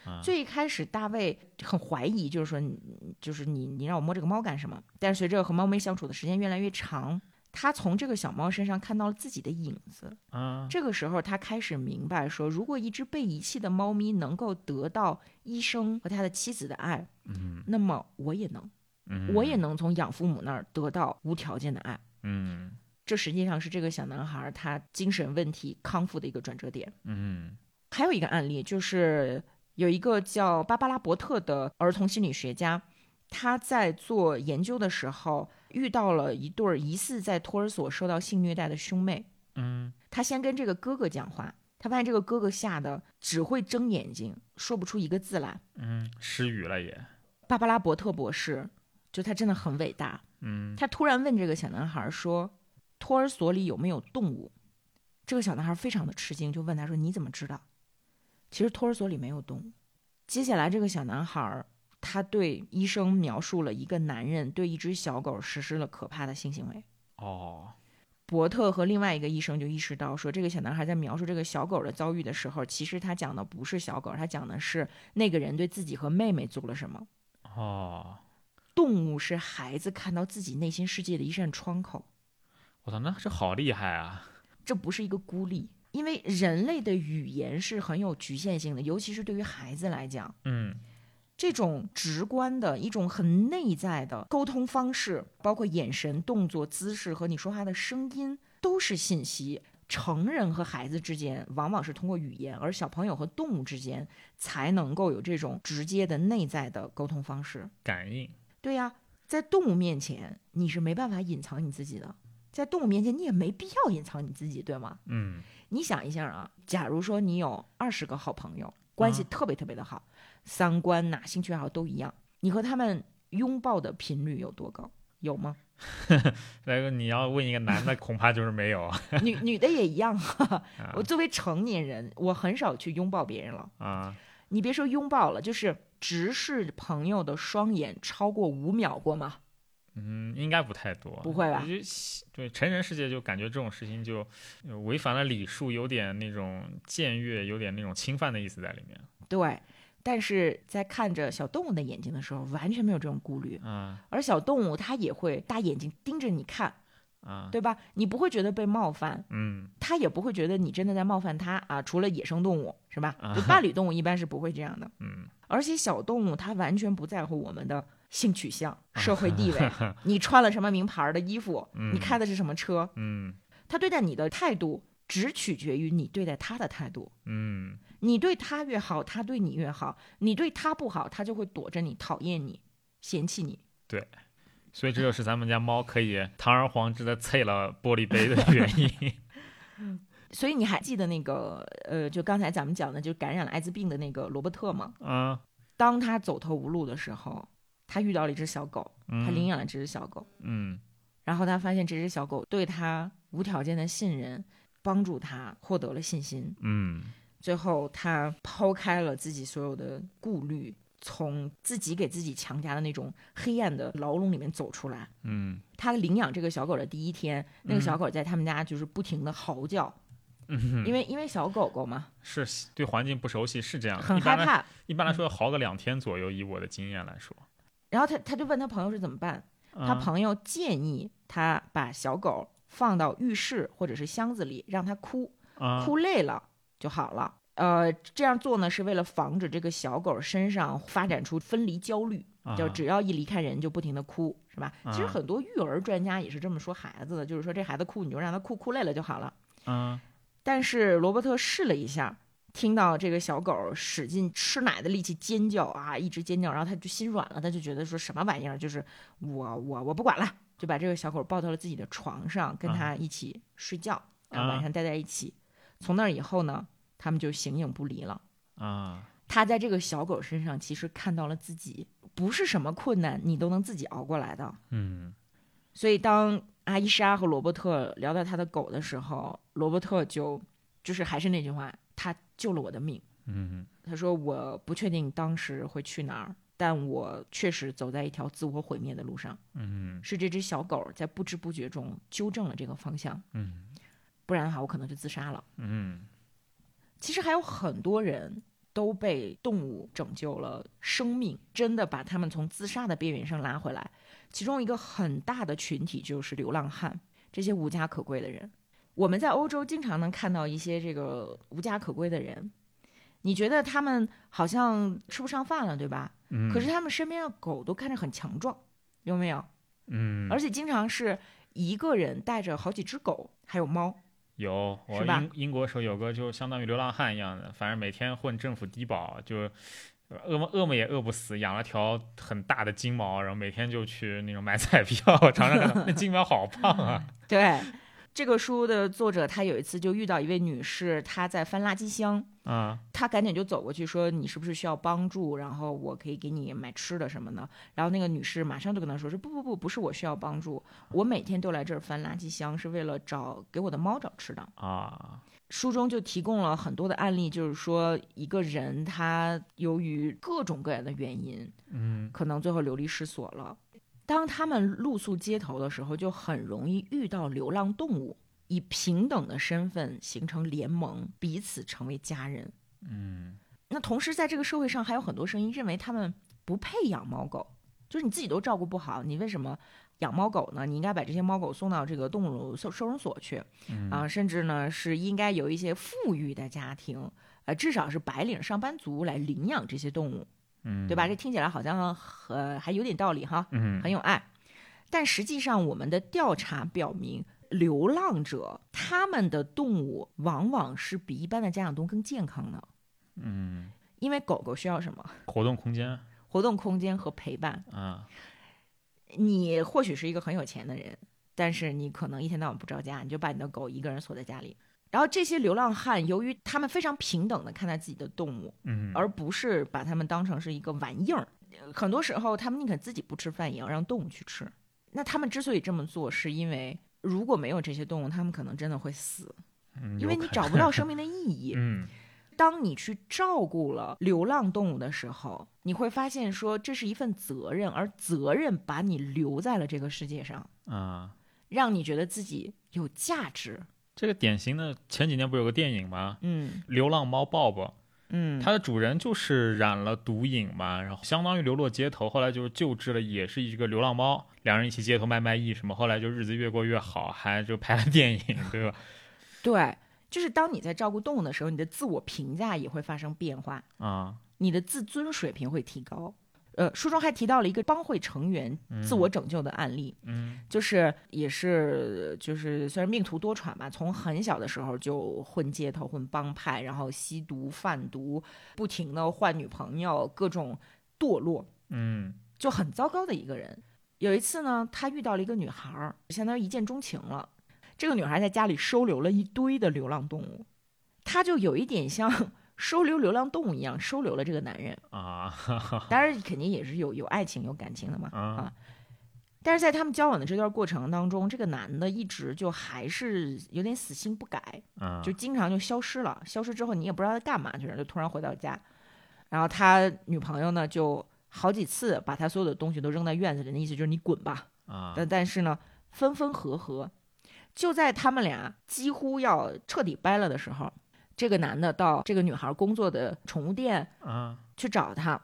B: 啊，
A: 最开始大卫很怀疑，就是说你，就是你，你让我摸这个猫干什么？但是随着和猫咪相处的时间越来越长，他从这个小猫身上看到了自己的影子。
B: 啊
A: 这个时候，他开始明白说，如果一只被遗弃的猫咪能够得到医生和他的妻子的爱，
B: 嗯
A: 那么我也能，
B: 嗯，
A: 我也能从养父母那儿得到无条件的爱。
B: 嗯
A: 这实际上是这个小男孩他精神问题康复的一个转折点。
B: 嗯
A: 还有一个案例，就是有一个叫芭芭拉·伯特的儿童心理学家，他在做研究的时候遇到了一对儿疑似在托儿所受到性虐待的兄妹。
B: 嗯
A: 他先跟这个哥哥讲话，他发现这个哥哥吓得只会睁眼睛，说不出一个字来。
B: 嗯，失语了也，
A: 芭芭拉·伯特博士就他真的很伟大。
B: 嗯
A: 他突然问这个小男孩说：“托儿所里有没有动物？”这个小男孩非常的吃惊，就问他说：“你怎么知道？”其实托儿所里没有动物。接下来，这个小男孩他对医生描述了一个男人对一只小狗实施了可怕的性行为。
B: 哦，
A: 伯特和另外一个医生就意识到，说这个小男孩在描述这个小狗的遭遇的时候，其实他讲的不是小狗，他讲的是那个人对自己和妹妹做了什么。
B: 哦，
A: 动物是孩子看到自己内心世界的一扇窗口。
B: 我操，那这好厉害啊！
A: 这不是一个孤立，因为人类的语言是很有局限性的，尤其是对于孩子来讲，
B: 嗯，
A: 这种直观的一种很内在的沟通方式，包括眼神、动作、姿势和你说话的声音，都是信息。成人和孩子之间往往是通过语言，而小朋友和动物之间才能够有这种直接的内在的沟通方式。
B: 感应，
A: 对呀、在动物面前你是没办法隐藏你自己的，在动物面前你也没必要隐藏你自己，对吗？
B: 嗯，
A: 你想一下啊，假如说你有二十个好朋友，关系
B: 啊
A: 特别特别的好，三观呐、兴趣爱好都一样，你和他们拥抱的频率有多高？有吗？
B: 那个你要问一个男的，恐怕就是没有
A: 女女的也一样啊。
B: 啊
A: 我作为成年人，我很少去拥抱别人了。
B: 啊，
A: 你别说拥抱了，就是直视朋友的双眼超过五秒过吗？
B: 嗯，应该不太多，
A: 不会吧
B: 我觉得西对，成人世界就感觉这种事情就呃违反了礼数，有点那种呃僭越，有点那种侵犯的意思在里面
A: 对。但是在看着小动物的眼睛的时候，完全没有这种顾虑，
B: 啊
A: 而小动物它也会大眼睛盯着你看，
B: 啊，
A: 对吧？你不会觉得被冒犯，
B: 嗯
A: 他也不会觉得你真的在冒犯他啊，除了野生动物是吧
B: 啊？
A: 就伴侣动物一般是不会这样的，
B: 嗯，
A: 而且小动物它完全不在乎我们的性取向、
B: 啊
A: 社会地 位，你穿了什么名牌的衣服，你开的是什么车，
B: 嗯
A: 它对待你的态度只取决于你对待它的态度。
B: 嗯
A: 你对它越好，它对你越好；你对它不好，它就会躲着你、讨厌你、嫌弃你。
B: 所以这就是咱们家猫可以堂而皇之的啐了玻璃杯的原 因。
A: 所以你还记得那个呃，就刚才咱们讲的，就感染了艾滋病的那个罗伯特吗？
B: 啊，
A: 当他走投无路的时候，他遇到了一只小狗，他领
B: 嗯
A: 养了这只小狗，
B: 嗯
A: 然后他发现这只小狗对他无条件的信任，帮助他获得了信心。
B: 嗯
A: 最后，他抛开了自己所有的顾虑，从自己给自己强加的那种黑暗的牢笼里面走出来。
B: 嗯
A: 他领养这个小狗的第一天，那个
B: 嗯
A: 小狗在他们家就是不停的嚎叫，
B: 嗯哼，
A: 因为因为小狗狗嘛，
B: 是对环境不熟悉是这样的，
A: 很
B: 嗯一般
A: 害
B: 来
A: 怕，
B: 一般来说要嚎个两天左右，以我的经验来说，
A: 然后他他就问他朋友是怎么办，他
B: 嗯
A: 朋友建议他把小狗放到浴室或者是箱子里，让它哭，
B: 啊
A: 哭累了就好了。呃，这样做呢是为了防止这个小狗身上发展出分离焦虑，
B: 啊
A: 就只要一离开人就不停的哭，是吧？其实
B: 啊
A: 很多育儿专家也是这么说孩子的，就是说这孩子哭你就让他哭，哭累了就好了。
B: 啊
A: 但是罗伯特试了一下，听到这个小狗使尽吃奶的力气尖叫啊，一直尖叫，然后他就心软了，他就觉得说什么玩意儿，就是我我我不管了，就把这个小狗抱到了自己的床上，跟他一起睡觉，然后晚上待在一起。从那以后呢，他们就形影不离了。
B: 啊
A: 他在这个小狗身上其实看到了自己，不是什么困难你都能自己熬过来的。
B: 嗯
A: 所以当阿伊莎和罗伯特聊到他的狗的时候，罗伯特就就是还是那句话，他救了我的命。
B: 嗯
A: 他说我不确定当时会去哪儿，但我确实走在一条自我毁灭的路上。
B: 嗯
A: 是这只小狗在不知不觉中纠正了这个方向，
B: 嗯
A: 不然的话我可能就自杀了。
B: 嗯
A: 其实还有很多人。都被动物拯救了生命，真的把他们从自杀的边缘上拉回来。其中一个很大的群体就是流浪汉，这些无家可归的人。我们在欧洲经常能看到一些这个无家可归的人，你觉得他们好像吃不上饭了，对吧？
B: 嗯，
A: 可是他们身边的狗都看着很强壮，有没有？
B: 嗯
A: 而且经常是一个人带着好几只狗，还有猫。
B: 有，我
A: 是吧
B: 英英国时候有个就相当于流浪汉一样的，反正每天混政府低保，就饿么饿么也饿不死，养了条很大 的金毛，然后每天就去那种买彩票，尝尝看那金毛好胖啊，
A: 对，这个书的作者他有一次就遇到一位女士，她在翻垃圾箱，
B: 啊
A: 他赶紧就走过去说：“你是不是需要帮助？然后我可以给你买吃的什么的。”然后那个女士马上就跟他说：“说不不不，不是我需要帮助，我每天都来这儿翻垃圾箱，是为了找给我的猫找吃的。”
B: 啊，
A: 书中就提供了很多的案例，就是说一个人他由于各种各样的原因，
B: 嗯
A: 可能最后流离失所了。当他们露宿街头的时候，就很容易遇到流浪动物，以平等的身份形成联盟，彼此成为家人。
B: 嗯
A: 那同时，在这个社会上还有很多声音认为他们不配养猫狗，就是你自己都照顾不好，你为什么养猫狗呢？你应该把这些猫狗送到这个动物收收容所去，
B: 嗯
A: 啊，甚至呢是应该有一些富裕的家庭，呃，至少是白领上班族来领养这些动物，
B: 嗯，
A: 对吧？？这听起来好像呃还有点道理哈，
B: 嗯
A: 很有爱，但实际上我们的调查表明。流浪者他们的动物往往是比一般的家养动物更健康的，
B: 嗯，
A: 因为狗狗需要什么？
B: 活动空间
A: 活动空间和陪伴。
B: 啊，
A: 你或许是一个很有钱的人，但是你可能一天到晚不着家，你就把你的狗一个人锁在家里。然后这些流浪汉，由于他们非常平等的看待自己的动物，
B: 嗯
A: 而不是把他们当成是一个玩意儿，呃很多时候他们宁肯自己不吃饭，也要让动物去吃。那他们之所以这么做，是因为如果没有这些动物，他们可能真的会死，
B: 嗯
A: 因为
B: 有
A: 你
B: 可
A: 找不 到生命的意义。
B: 嗯
A: 当你去照顾了流浪动物的时候，你会发现说这是一份责任，而责任把你留在了这个世界上，
B: 啊，
A: 让你觉得自己有价值。
B: 这个典型的前几年不是有个电影吗？
A: 嗯
B: 流浪猫抱抱，
A: 嗯，
B: 它的主人就是染了毒瘾嘛，然后相当于流落街头，后来就是救治了，也是一个流浪猫，两人一起街头卖卖艺什么，后来就日子越过越好，还就拍了电影，对吧？
A: 对，就是当你在照顾动物的时候，你的自我评价也会发生变化，
B: 啊，
A: 你的自尊水平会提高。呃，书中还提到了一个帮会成员自我拯救的案例，
B: 嗯
A: 就是也是就是虽然命途多舛吧，从很小的时候就混街头、混帮派，然后吸毒、贩毒，不停的换女朋友，各种堕落，
B: 嗯
A: 就很糟糕的一个人。有一次呢，他遇到了一个女孩儿，相当于一见钟情了。这个女孩在家里收留了一堆的流浪动物，他就有一点像 收留流浪动物一样收留了这个男人。
B: 啊
A: 当然，肯定也是有有爱情、有感情的嘛。
B: 啊
A: 但是在他们交往的这段过程当中，这个男的一直就还是有点死性不改，
B: 啊，
A: 就经常就消失了。消失之后，你也不知道他干嘛去了，就突然回到家。然后他女朋友呢，就好几次把他所有的东西都扔在院子里，那意思就是你滚吧。
B: 啊
A: 但但是呢，分分合合，就在他们俩几乎要彻底掰了的时候，这个男的到这个女孩工作的宠物店
B: 啊
A: 去找他，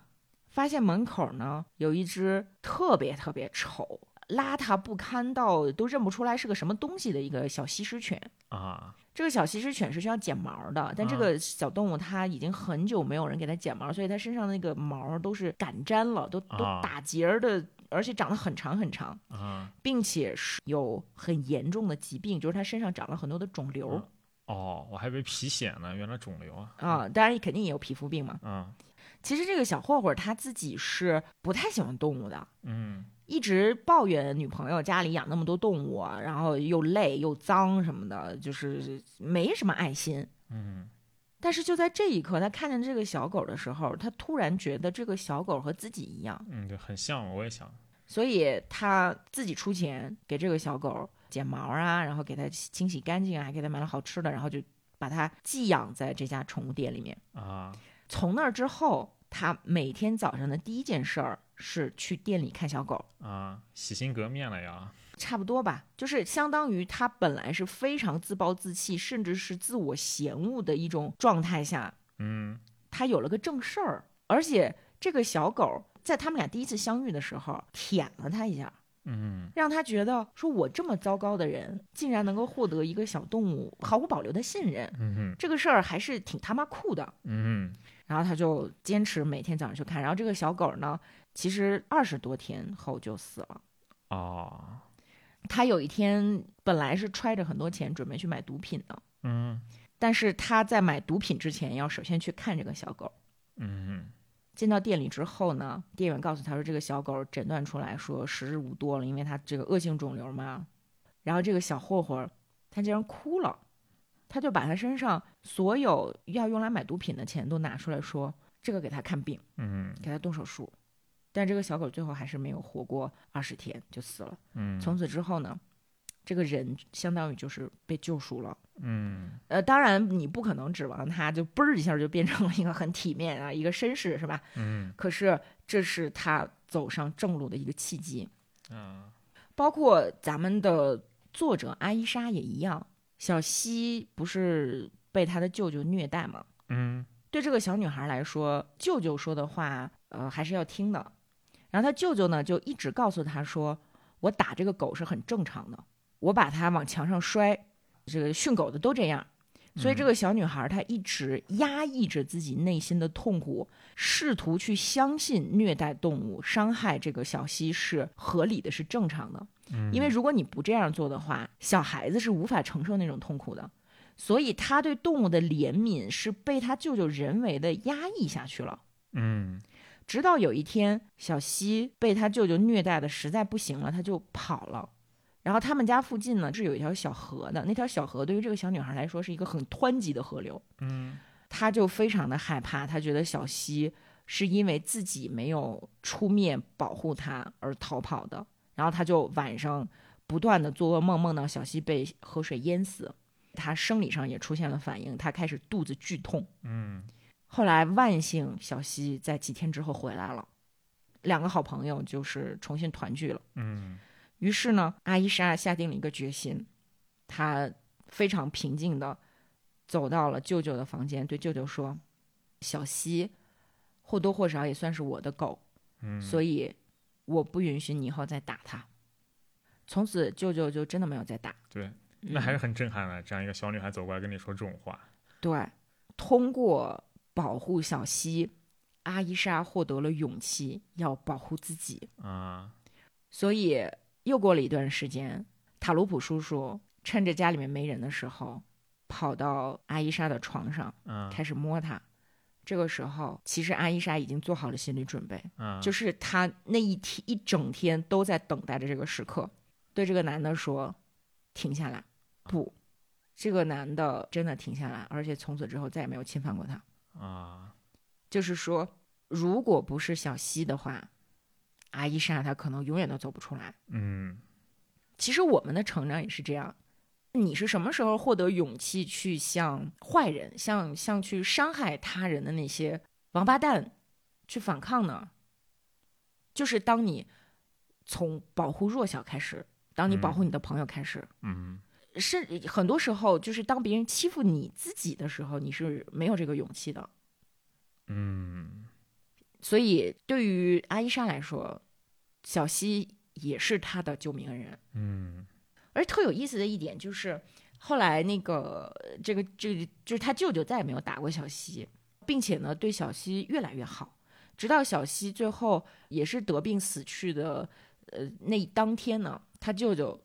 A: 发现门口呢有一只特别特别丑、邋遢不堪到都认不出来是个什么东西的一个小西施犬。
B: 啊
A: 这个小西施犬是需要剪毛的，但这
B: 啊
A: 个小动物它已经很久没有人给它剪毛，所以它身上那个毛都是赶粘了，都都
B: 啊
A: 打结儿的，而且长得很长很长，
B: 啊
A: 并且是有很严重的疾病，就是它身上长了很多的肿瘤
B: 嗯哦，我还以为皮癣呢，原来肿瘤啊
A: 啊、当然肯定也有皮肤病嘛。
B: 啊
A: 其实这个小混混儿他自己是不太喜欢动物的，
B: 嗯
A: 一直抱怨女朋友家里养那么多动物啊，然后又累又脏什么的，就是没什么爱心。
B: 嗯
A: 但是就在这一刻，他看见这个小狗的时候，他突然觉得这个小狗和自己一样，
B: 嗯，对，很像，我也想
A: 所以他自己出钱给这个小狗剪毛啊，然后给它清洗干净啊，还给它买了好吃的，然后就把它寄养在这家宠物店里面。
B: 啊
A: 从那儿之后，他每天早上的第一件事儿是去店里看小狗。
B: 啊，洗心革面了呀，
A: 差不多吧，就是相当于他本来是非常自暴自弃，甚至是自我嫌恶的一种状态下，
B: 嗯
A: 他有了个正事儿，而且这个小狗在他们俩第一次相遇的时候舔了他一下，
B: 嗯
A: 让他觉得说我这么糟糕的人，竟然能够获得一个小动物毫无保留的信任，
B: 嗯哼
A: 这个事儿还是挺他妈酷的。
B: 嗯
A: 然后他就坚持每天早上去看，然后这个小狗呢，其实二十多天后就死了。
B: 哼哦
A: 他有一天本来是揣着很多钱准备去买毒品的，
B: 嗯
A: 但是他在买毒品之前要首先去看这个小狗。
B: 嗯哼
A: 进到店里之后呢，店员告诉他说，这个小狗诊断出来说时日无多了，因为它这个恶性肿瘤嘛。然后这个小混混儿，他他竟然哭了，他就把他身上所有要用来买毒品的钱都拿出来说，这个给他看病，
B: 嗯
A: 给他动手术。但这个小狗最后还是没有活过二十天就死了。
B: 嗯
A: 从此之后呢，这个人相当于就是被救赎了。
B: 嗯
A: 呃，当然你不可能指望他就嘣儿一下就变成了一个很体面啊，一个绅士是吧？
B: 嗯
A: 可是这是他走上正路的一个契机。
B: 嗯
A: 包括咱们的作者阿伊莎也一样，小西不是被他的舅舅虐待吗？
B: 嗯
A: 对这个小女孩来说，舅舅说的话，呃，还是要听的。然后她舅舅呢，就一直告诉她说：“我打这个狗是很正常的，我把它往墙上摔，这个训狗的都这样。”所以这个小女孩她一直压抑着自己内心的痛苦，试图去相信虐待动物、伤害这个小溪是合理的、是正常的。因为如果你不这样做的话，小孩子是无法承受那种痛苦的。所以他对动物的怜悯是被他舅舅人为的压抑下去了。
B: 嗯
A: 直到有一天，小西被他舅舅虐待的实在不行了，他就跑了。然后他们家附近呢是有一条小河的，那条小河对于这个小女孩来说是一个很湍急的河流，
B: 嗯
A: 她就非常的害怕，她觉得小西是因为自己没有出面保护她而逃跑的。然后她就晚上不断的做噩梦，梦到小西被河水淹死，她生理上也出现了反应，她开始肚子剧痛。
B: 嗯
A: 后来万幸，小西在几天之后回来了，两个好朋友就是重新团聚了。
B: 嗯
A: 于是呢，阿伊莎下定了一个决心，她非常平静的走到了舅舅的房间，对舅舅说：“小西或多或少也算是我的狗，
B: 嗯，
A: 所以我不允许你以后再打它。”从此，舅舅就真的没有再打。
B: 对，那
A: 嗯
B: 还是很震撼的。这样一个小女孩走过来跟你说这种话，
A: 对，通过保护小西，阿伊莎获得了勇气，要保护自己。
B: 啊，
A: 所以又过了一段时间，塔鲁普叔叔趁着家里面没人的时候，跑到阿伊莎的床上，
B: 嗯
A: 开始摸她。这个时候，其实阿伊莎已经做好了心理准备，
B: 嗯，
A: 就是是她那一天一整天都在等待着这个时刻。对这个男的说：“停下来，不。”这个男的真的停下来，而且从此之后再也没有侵犯过她。
B: 啊，
A: 就是说，如果不是小西的话，阿伊莎她可能永远都走不出来。
B: 嗯
A: 其实我们的成长也是这样，你是什么时候获得勇气去向坏人、向向去伤害他人的那些王八蛋去反抗呢？就是当你从保护弱小开始，当你保护你的朋友开始，
B: 嗯
A: 甚很多时候就是当别人欺负你自己的时候，你是没有这个勇气的。
B: 嗯
A: 所以对于阿伊莎来说，小西也是她的救命恩人。
B: 嗯
A: 而特有意思的一点就是，后来那个这个这个就是他舅舅再也没有打过小西，并且呢对小西越来越好，直到小西最后也是得病死去的，呃，那当天呢，他舅舅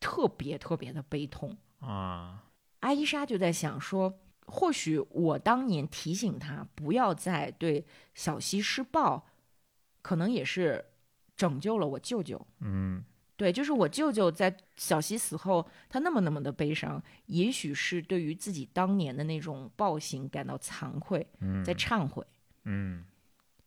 A: 特别特别的悲痛。
B: 啊，
A: 阿伊莎就在想说，或许我当年提醒他不要再对小西施暴，可能也是拯救了我舅舅。
B: 嗯
A: 对，就是我舅舅在小西死后，他那么那么的悲伤，也许是对于自己当年的那种暴行感到惭愧，
B: 嗯，
A: 在忏悔。
B: 嗯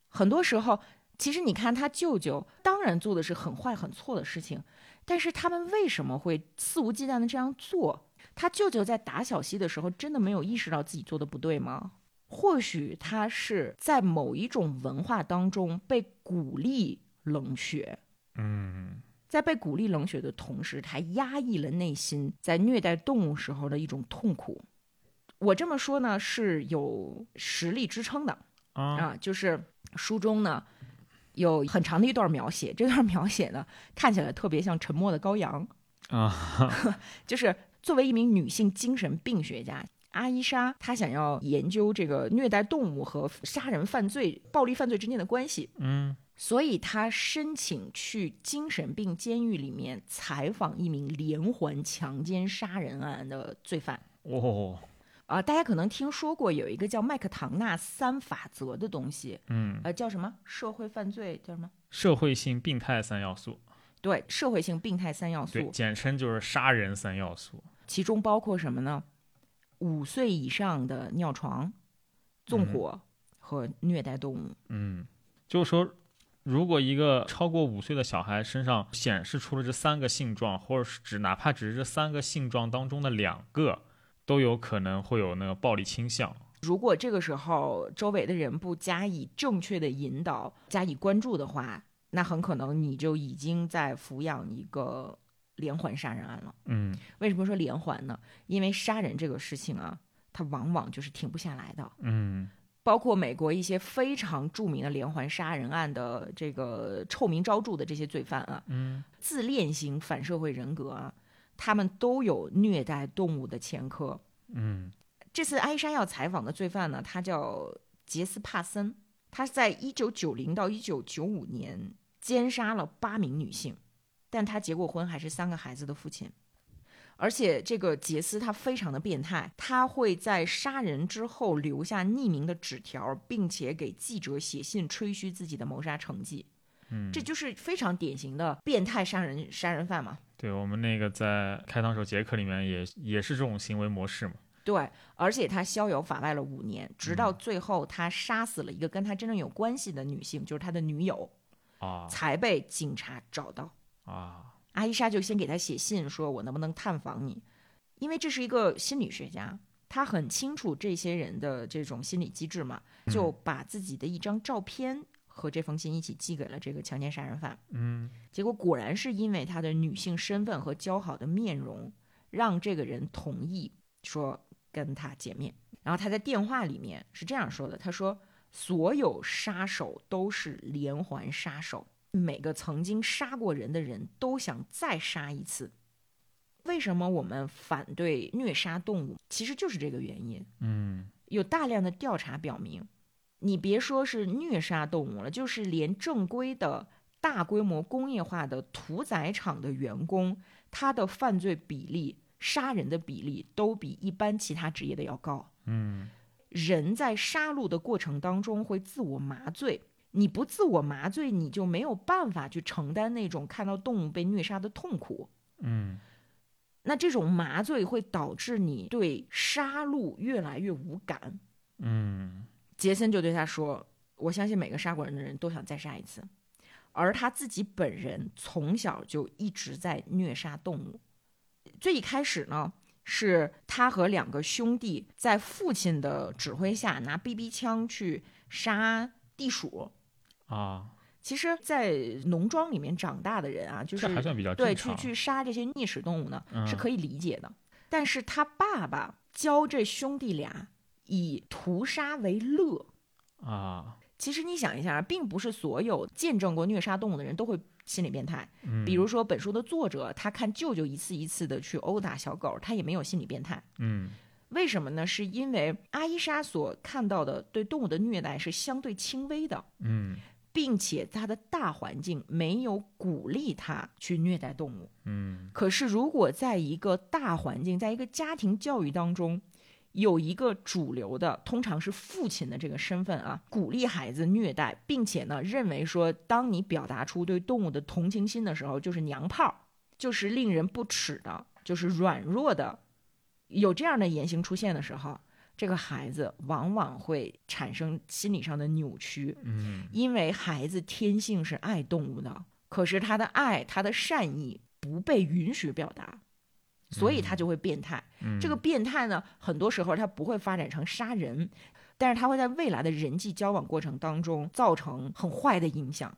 A: 很多时候，其实你看他舅舅，当然做的是很坏很错的事情，但是他们为什么会肆无忌惮的这样做？他舅舅在打小西的时候，真的没有意识到自己做的不对吗？或许他是在某一种文化当中被鼓励冷血，
B: 嗯
A: 在被鼓励冷血的同时，还压抑了内心在虐待动物时候的一种痛苦。我这么说呢，是有实力支撑的。
B: 啊
A: 啊，就是书中呢有很长的一段描写，这段描写呢看起来特别像沉默的羔羊，
B: 啊，
A: 就是作为一名女性精神病学家。阿伊莎她想要研究这个虐待动物和杀人犯罪、暴力犯罪之间的关系，
B: 嗯
A: 所以她申请去精神病监狱里面采访一名连环强奸杀人案的罪犯。
B: 哦，
A: 啊、大家可能听说过有一个叫麦克唐纳三法则的东西，
B: 嗯，
A: 呃，叫什么？社会犯罪叫什么？
B: 社会性病态三要素，
A: 对，社会性病态三要
B: 对，
A: 素，
B: 简称就是杀人三要素。
A: 其中包括什么呢？五岁以上的尿床、纵火和虐待动物。
B: 嗯，就是说，如果一个超过五岁的小孩身上显示出了这三个性状，或者是只哪怕只是这三个性状当中的两个，都有可能会有那个暴力倾向。
A: 如果这个时候周围的人不加以正确的引导、加以关注的话，那很可能你就已经在抚养一个连环杀人案了。
B: 嗯
A: 为什么说连环呢？因为杀人这个事情啊，它往往就是停不下来的。
B: 嗯
A: 包括美国一些非常著名的连环杀人案的这个臭名昭著的这些罪犯啊，
B: 嗯
A: 自恋型反社会人格啊，他们都有虐待动物的前科。
B: 嗯
A: 这次艾莎要采访的罪犯呢，他叫杰斯帕森，他在一九九零到一九九五年奸杀了八名女性，但他结过婚，还是三个孩子的父亲。而且这个杰斯他非常的变态，他会在杀人之后留下匿名的纸条，并且给记者写信吹嘘自己的谋杀成绩。
B: 嗯，
A: 这就是非常典型的变态杀人杀人犯嘛。
B: 对我们那个在开膛手杰克里面也也是这种行为模式嘛。
A: 对，而且他逍遥法外了五年，直到最后他杀死了一个跟他真正有关系的女性，就是他的女友，
B: 啊
A: 才被警察找到。
B: 啊，
A: 阿伊莎就先给他写信，说我能不能探访你？因为这是一个心理学家，他很清楚这些人的这种心理机制嘛，就把自己的一张照片和这封信一起寄给了这个强奸杀人犯。
B: 嗯
A: 结果果然是因为他的女性身份和姣好的面容，让这个人同意说跟他见面。然后他在电话里面是这样说的：“他说，所有杀手都是连环杀手，每个曾经杀过人的人都想再杀一次。为什么我们反对虐杀动物？其实就是这个原因。
B: 嗯
A: 有大量的调查表明，你别说是虐杀动物了，就是连正规的大规模工业化的屠宰场的员工，他的犯罪比例、杀人的比例都比一般其他职业的要高。
B: 嗯
A: 人在杀戮的过程当中会自我麻醉，你不自我麻醉，你就没有办法去承担那种看到动物被虐杀的痛苦。
B: 嗯
A: 那这种麻醉会导致你对杀戮越来越无感，
B: 嗯
A: 杰森就对他说：“我相信每个杀过人的人都想再杀一次。”而他自己本人从小就一直在虐杀动物。最一开始呢，是他和两个兄弟在父亲的指挥下拿 BB 枪去杀地鼠。
B: 啊，
A: 其实，在农庄里面长大的人啊，就是
B: 这还算比较
A: 对
B: 正
A: 去
B: 常。
A: 去杀这些啮齿动物呢，
B: 嗯
A: 是可以理解的。但是他爸爸教这兄弟俩以屠杀为乐，
B: 啊，
A: 其实你想一下，并不是所有见证过虐杀动物的人都会心理变态。
B: 嗯
A: 比如说，本书的作者，他看舅舅一次一次的去殴打小狗，他也没有心理变态。
B: 嗯
A: 为什么呢？是因为阿伊莎所看到的对动物的虐待是相对轻微的，
B: 嗯
A: 并且他的大环境没有鼓励他去虐待动物。
B: 嗯
A: 可是，如果在一个大环境，在一个家庭教育当中，有一个主流的，通常是父亲的这个身份啊，鼓励孩子虐待，并且呢，认为说，当你表达出对动物的同情心的时候，就是娘炮，就是令人不齿的，就是软弱的，有这样的言行出现的时候，这个孩子往往会产生心理上的扭曲，
B: 嗯
A: 因为孩子天性是爱动物的，可是他的爱、他的善意不被允许表达，所以他就会变态。
B: 嗯，
A: 这个变态呢，很多时候他不会发展成杀人，但是他会在未来的人际交往过程当中造成很坏的影响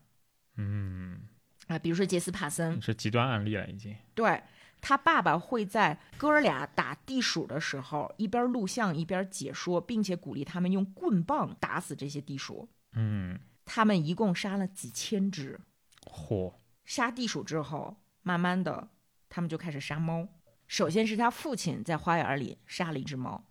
B: 嗯
A: 啊。比如说杰斯帕森，
B: 是极端案例了已经。
A: 对他爸爸会在哥儿俩打地鼠的时候，一边录像一边解说，并且鼓励他们用棍棒打死这些地鼠。
B: 嗯，
A: 他们一共杀了几千只。
B: 嚯，
A: 杀地鼠之后，慢慢的他们就开始杀猫。首先是他父亲在花园里杀了一只猫，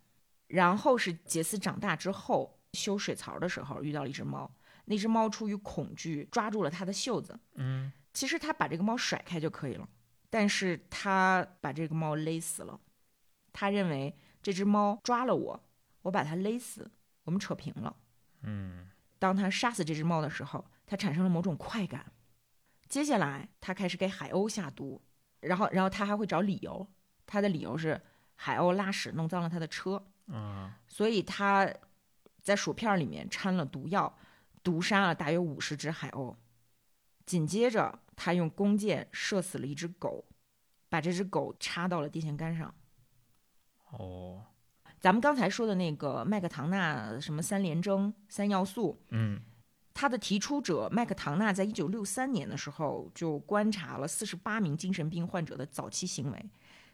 A: 然后是杰斯长大之后修水槽的时候遇到了一只猫，那只猫出于恐惧抓住了他的袖子。
B: 嗯
A: 其实他把这个猫甩开就可以了，但是他把这个猫勒死了。他认为这只猫抓了我，我把它勒死，我们扯平了。
B: 嗯
A: 当他杀死这只猫的时候，他产生了某种快感。接下来，他开始给海鸥下毒，然后，然后他还会找理由。他的理由是海鸥拉屎弄脏了他的车，
B: 嗯，
A: 所以他在薯片里面掺了毒药，毒杀了大约五十只海鸥。紧接着，他用弓箭射死了一只狗，把这只狗插到了电线杆上。
B: 哦，
A: 咱们刚才说的那个麦克唐纳什么三连征三要素，
B: 嗯
A: 他的提出者麦克唐纳在一九六三年的时候就观察了四十八名精神病患者的早期行为，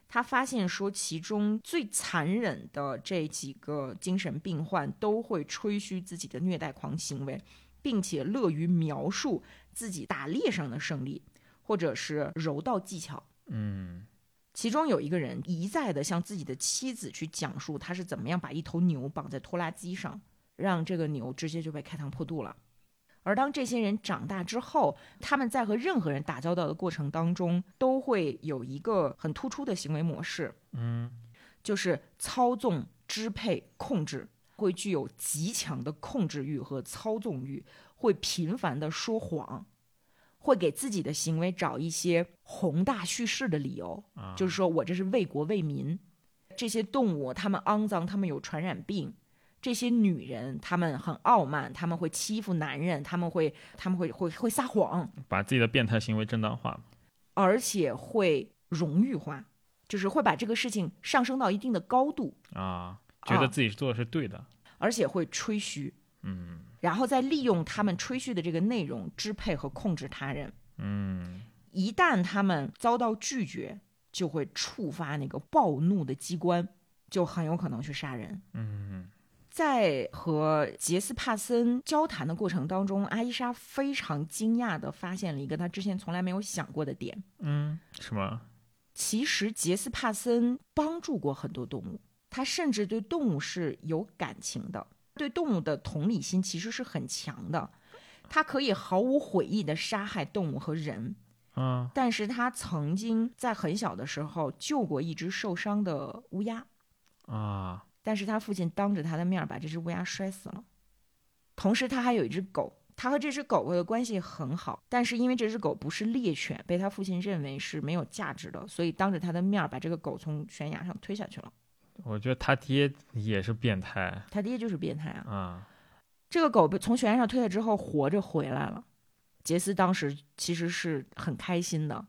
A: 他发现说其中最残忍的这几个精神病患都会吹嘘自己的虐待狂行为，并且乐于描述自己打猎上的胜利或者是柔道技巧。
B: 嗯，
A: 其中有一个人一再的向自己的妻子去讲述他是怎么样把一头牛绑在拖拉机上，让这个牛直接就被开膛破肚了。而当这些人长大之后，他们在和任何人打交道的过程当中，都会有一个很突出的行为模式，
B: 嗯，
A: 就是操纵、支配、控制，会具有极强的控制欲和操纵欲，会频繁的说谎，会给自己的行为找一些宏大叙事的理由，
B: 啊，
A: 就是说我这是为国为民。这些动物，它们肮脏，它们有传染病。这些女人，她们很傲慢，她们会欺负男人，她们会，她们会会会撒谎，
B: 把自己的变态行为正当化嘛，
A: 而且会荣誉化，就是会把这个事情上升到一定的高度，
B: 啊，觉得
A: 啊
B: 自己做的是对的，
A: 而且会吹嘘，
B: 嗯
A: 然后再利用他们吹嘘的这个内容支配和控制他人。
B: 嗯
A: 一旦他们遭到拒绝，就会触发那个暴怒的机关，就很有可能去杀人。
B: 嗯
A: 在和杰斯帕森交谈的过程当中，阿伊莎非常惊讶地发现了一个她之前从来没有想过的点。
B: 嗯，什么？
A: 其实杰斯帕森帮助过很多动物，他甚至对动物是有感情的，对动物的同理心其实是很强的。他可以毫无悔意地杀害动物和人，
B: 啊
A: 但是他曾经在很小的时候救过一只受伤的乌鸦，
B: 啊
A: 但是他父亲当着他的面儿把这只乌鸦摔死了。同时，他还有一只狗，他和这只狗狗的关系很好，但是因为这只狗不是猎犬，被他父亲认为是没有价值的，所以当着他的面儿把这个狗从悬崖上推下去了。
B: 我觉得他爹也是变态
A: 他爹就是变态啊！
B: 啊，
A: 这个狗被从悬崖上推下之后，活着回来了。杰斯当时其实是很开心的，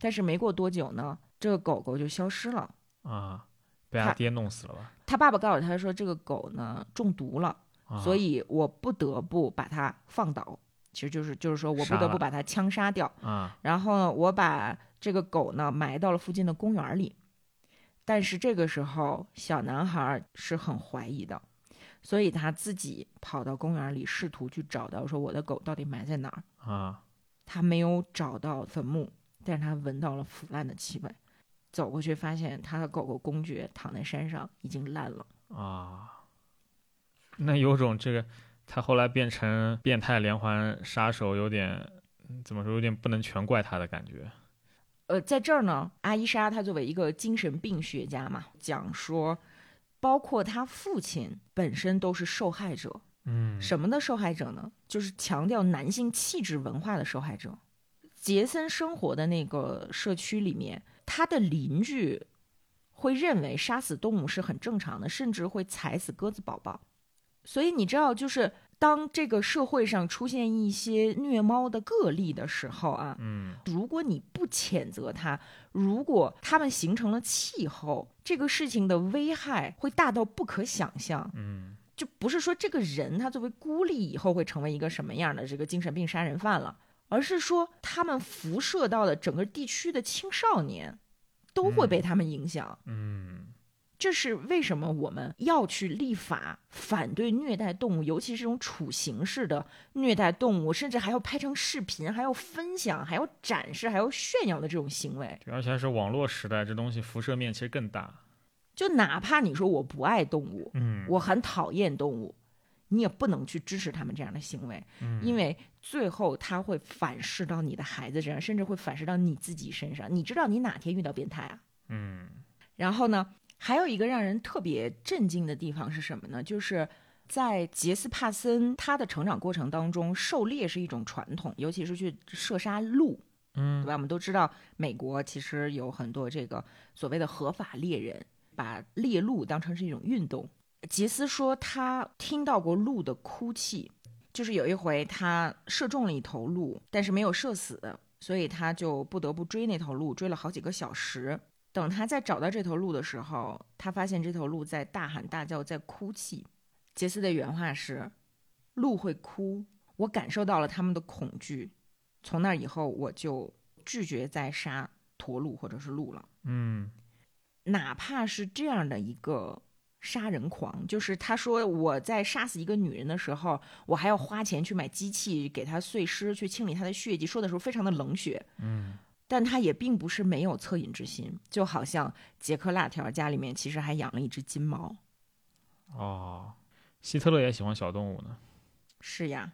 A: 但是没过多久呢，这个狗狗就消失了。
B: 啊，被他
A: 他
B: 爹弄死了吧？
A: 他爸爸告诉他说，这个狗呢中毒了。
B: 啊、
A: 所以我不得不把它放倒，其实就是就是说我不
B: 杀
A: 得
B: 了
A: 不把它枪杀掉。
B: 啊，
A: 然后呢，我把这个狗呢埋到了附近的公园里。但是这个时候，小男孩是很怀疑的，所以他自己跑到公园里，试图去找到说我的狗到底埋在哪儿。
B: 啊
A: 他没有找到坟墓，但是他闻到了腐烂的气味，走过去发现他的狗狗公爵躺在山上，已经烂了。
B: 啊，那有种这个他后来变成变态连环杀手，有点嗯怎么说，有点不能全怪他的感觉。
A: 呃，在这儿呢，阿伊莎她作为一个精神病学家嘛，讲说，包括她父亲本身都是受害者。
B: 嗯
A: 什么的受害者呢？就是强调男性气质文化的受害者。杰森生活的那个社区里面，他的邻居会认为杀死动物是很正常的，甚至会踩死鸽子宝宝。所以你知道，就是当这个社会上出现一些虐猫的个例的时候啊，
B: 嗯
A: 如果你不谴责它，如果它们形成了气候，这个事情的危害会大到不可想象。
B: 嗯
A: 就不是说这个人他作为孤立以后会成为一个什么样的这个精神病杀人犯了，而是说他们辐射到的整个地区的青少年都会被他们影响。
B: 嗯
A: 这是为什么我们要去立法反对虐待动物，尤其是这种处刑式的虐待动物，甚至还要拍成视频，还要分享，还要展示，还要炫耀的这种行为。
B: 对，而且还是网络时代，这东西辐射面其实更大。
A: 就哪怕你说我不爱动物，
B: 嗯
A: 我很讨厌动物，你也不能去支持他们这样的行为，
B: 嗯
A: 因为最后他会反噬到你的孩子身上，甚至会反噬到你自己身上。你知道你哪天遇到变态啊？
B: 嗯
A: 然后呢，还有一个让人特别震惊的地方是什么呢？就是在杰斯帕森他的成长过程当中，狩猎是一种传统，尤其是去射杀鹿，对
B: 嗯
A: 吧？我们都知道，美国其实有很多这个所谓的合法猎人。把猎鹿当成是一种运动。杰斯说他听到过鹿的哭泣，就是有一回他射中了一头鹿，但是没有射死，所以他就不得不追那头鹿，追了好几个小时。等他再找到这头鹿的时候，他发现这头鹿在大喊大叫，在哭泣。杰斯的原话是：“鹿会哭，我感受到了他们的恐惧。从那以后，我就拒绝再杀驼鹿或者是鹿了。”
B: 嗯
A: 哪怕是这样的一个杀人狂，就是他说我在杀死一个女人的时候，我还要花钱去买机器给她碎尸，去清理她的血迹，说的时候非常的冷血，
B: 嗯，
A: 但他也并不是没有恻隐之心，就好像杰克辣条家里面其实还养了一只金毛。
B: 哦，希特勒也喜欢小动物呢。
A: 是呀，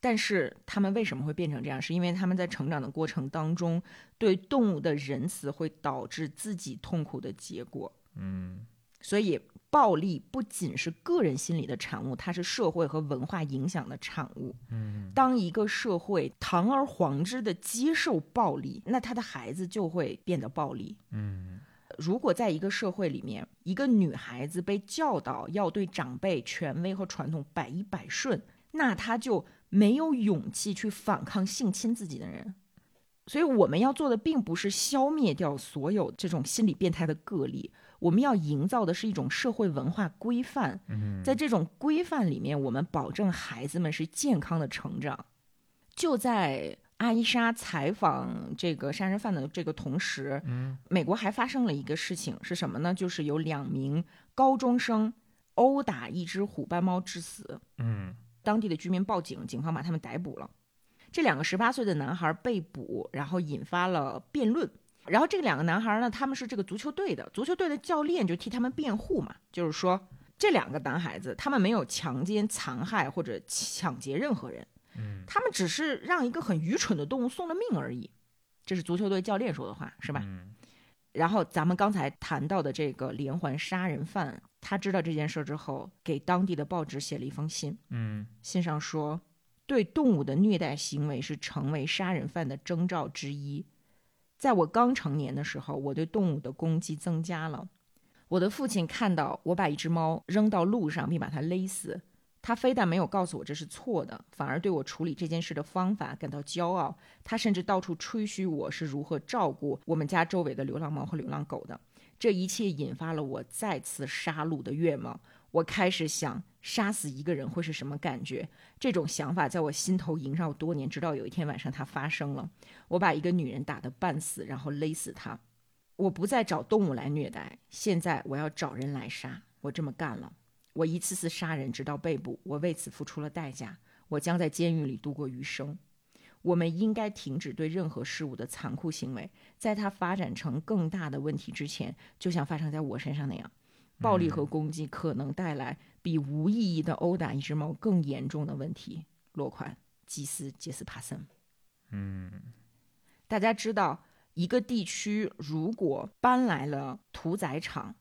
A: 但是他们为什么会变成这样？是因为他们在成长的过程当中，对动物的仁慈会导致自己痛苦的结果。
B: 嗯
A: 所以，暴力不仅是个人心理的产物，它是社会和文化影响的产物。
B: 嗯，
A: 当一个社会堂而皇之的接受暴力，那他的孩子就会变得暴力。
B: 嗯，
A: 如果在一个社会里面，一个女孩子被教导要对长辈、权威和传统百依百顺，那她就没有勇气去反抗性侵自己的人。所以我们要做的并不是消灭掉所有这种心理变态的个例，我们要营造的是一种社会文化规范。在这种规范里面，我们保证孩子们是健康的成长。就在阿伊莎采访这个杀人犯的这个同时，美国还发生了一个事情，是什么呢？就是有两名高中生殴打一只虎斑猫致死，
B: 嗯
A: 当地的居民报警，警方把他们逮捕了。这两个十八岁的男孩被捕，然后引发了辩论。然后这两个男孩呢，他们是这个足球队的，足球队的教练就替他们辩护嘛，就是说这两个男孩子他们没有强奸、残害或者抢劫任何人，
B: 嗯，
A: 他们只是让一个很愚蠢的动物送了命而已。这是足球队教练说的话，是吧？
B: 嗯
A: 然后咱们刚才谈到的这个连环杀人犯，他知道这件事儿之后，给当地的报纸写了一封信，
B: 嗯
A: 信上说，对动物的虐待行为是成为杀人犯的征兆之一。在我刚成年的时候，我对动物的攻击增加了。我的父亲看到我把一只猫扔到路上并把它勒死，他非但没有告诉我这是错的，反而对我处理这件事的方法感到骄傲。他甚至到处吹嘘我是如何照顾我们家周围的流浪猫和流浪狗的。这一切引发了我再次杀戮的愿望。我开始想，杀死一个人会是什么感觉？这种想法在我心头萦绕多年，直到有一天晚上它发生了。我把一个女人打得半死，然后勒死她。我不再找动物来虐待，现在我要找人来杀。我这么干了，我一次次杀人，直到被捕。我为此付出了代价。我将在监狱里度过余生。我们应该停止对任何事物的残酷行为，在它发展成更大的问题之前，就像发生在我身上那样，暴力和攻击可能带来比无意义的殴打一只猫更严重的问题。落款：基斯·杰斯帕森。
B: 嗯
A: 大家知道，一个地区如果搬来了屠宰场，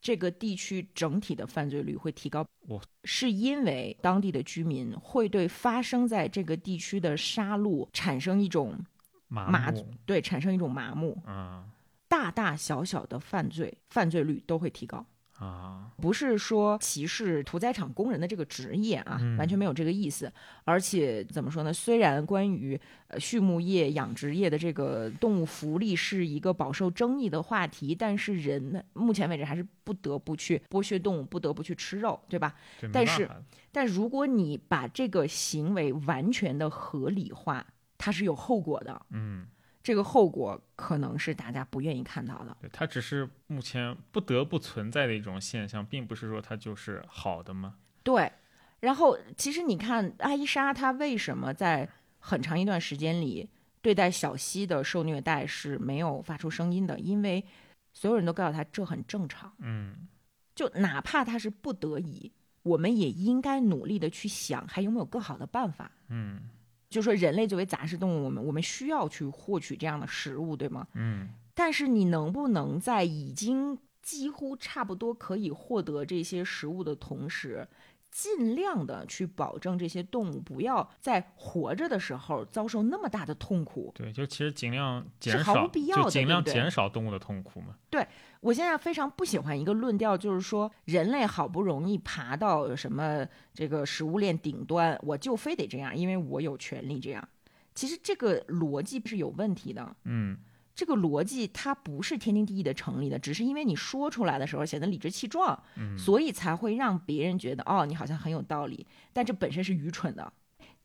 A: 这个地区整体的犯罪率会提高
B: 哇。
A: 是因为当地的居民会对发生在这个地区的杀戮产生一种
B: 麻
A: 麻
B: 木，
A: 对产生一种麻木，
B: 嗯
A: 大大小小的犯罪犯罪率都会提高。
B: 啊，
A: 不是说歧视屠宰场工人的这个职业啊，
B: 嗯
A: 完全没有这个意思。而且怎么说呢？虽然关于呃畜牧业、养殖业的这个动物福利是一个饱受争议的话题，但是人们目前为止还是不得不去剥削动物，不得不去吃肉，对吧？
B: 这没
A: 但
B: 办
A: 是
B: 法的
A: 但如果你把这个行为完全的合理化，它是有后果的。
B: 嗯，
A: 这个后果可能是大家不愿意看到的。
B: 对，它只是目前不得不存在的一种现象，并不是说它就是好的嘛。
A: 对，然后其实你看阿伊莎她为什么在很长一段时间里对待小西的受虐待是没有发出声音的，因为所有人都告诉她这很正常，
B: 嗯
A: 就哪怕她是不得已，我们也应该努力的去想还有没有更好的办法。
B: 嗯
A: 就说人类作为杂食动物，我们我们需要去获取这样的食物，对吗？
B: 嗯
A: 但是你能不能在已经几乎差不多可以获得这些食物的同时，尽量的去保证这些动物不要在活着的时候遭受那么大的痛苦。
B: 对，就其实尽量
A: 是
B: 减
A: 毫
B: 少，
A: 不必要的
B: 就尽量
A: 对不对
B: 减少动物的痛苦嘛。
A: 我现在非常不喜欢一个论调，就是说人类好不容易爬到什么这个食物链顶端，我就非得这样，因为我有权利这样。其实这个逻辑是有问题的，
B: 嗯，
A: 这个逻辑它不是天经地义的成立的，只是因为你说出来的时候显得理直气壮，
B: 嗯
A: 所以才会让别人觉得哦，你好像很有道理，但这本身是愚蠢的。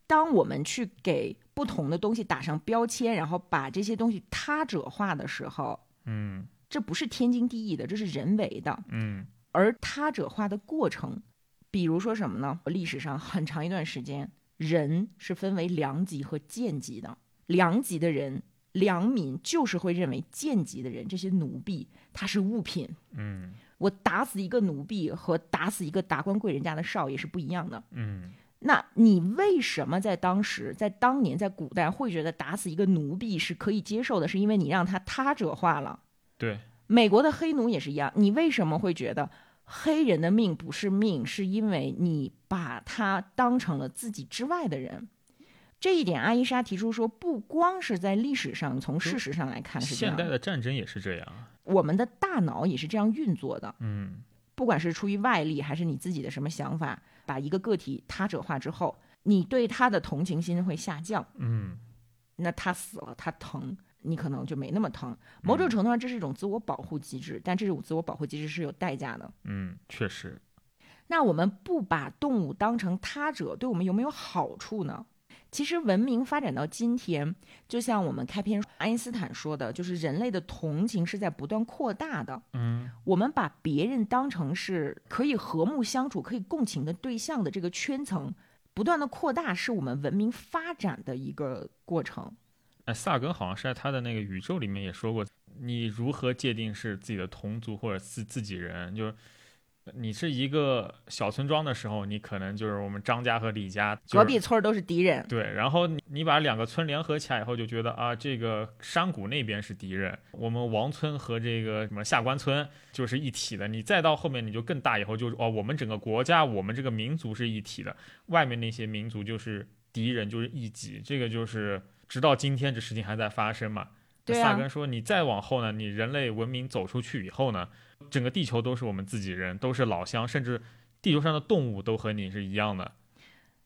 A: 当我们去给不同的东西打上标签，然后把这些东西他者化的时候，
B: 嗯
A: 这不是天经地义的，这是人为的。
B: 嗯
A: 而他者化的过程，比如说什么呢？历史上很长一段时间，人是分为良级和贱级的。良级的人，良民就是会认为贱级的人，这些奴婢他是物品。
B: 嗯
A: 我打死一个奴婢和打死一个达官贵人家的少爷是不一样的。
B: 嗯
A: 那你为什么在当时、在当年、在古代会觉得打死一个奴婢是可以接受的？是因为你让他他者化了。
B: 对，
A: 美国的黑奴也是一样，你为什么会觉得黑人的命不是命？是因为你把他当成了自己之外的人。这一点，阿伊莎提出说，不光是在历史上，从事实上来看是这
B: 现
A: 样
B: 代
A: 的，
B: 的战争也是这样啊。
A: 我们的大脑也是这样运作的。
B: 嗯
A: 不管是出于外力还是你自己的什么想法，把一个个体他者化之后，你对他的同情心会下降。
B: 嗯
A: 那他死了，他疼，你可能就没那么疼。某种程度上，这是一种自我保护机制，但这种自我保护机制是有代价的。
B: 嗯，确实，
A: 那我们不把动物当成他者，对我们有没有好处呢？其实文明发展到今天，就像我们开篇爱因斯坦说的，就是人类的同情是在不断扩大的。
B: 嗯
A: 我们把别人当成是可以和睦相处、可以共情的对象的这个圈层，不断的扩大，是我们文明发展的一个过程。
B: 哎，萨根好像是在他的那个宇宙里面也说过，你如何界定是自己的同族或者自自己人？就是你是一个小村庄的时候，你可能就是我们张家和李家、就是、
A: 隔壁村儿都是敌人，
B: 对，然后你你把两个村联合起来以后，就觉得啊，这个山谷那边是敌人，我们王村和这个什么下关村就是一体的。你再到后面，你就更大以后就，哦，我们整个国家，我们这个民族是一体的，外面那些民族就是敌人，就是异己。这个就是直到今天这事情还在发生嘛。
A: 对
B: 萨
A: 啊
B: 根说，你再往后呢，你人类文明走出去以后呢，整个地球都是我们自己人，都是老乡，甚至地球上的动物都和你是一样的。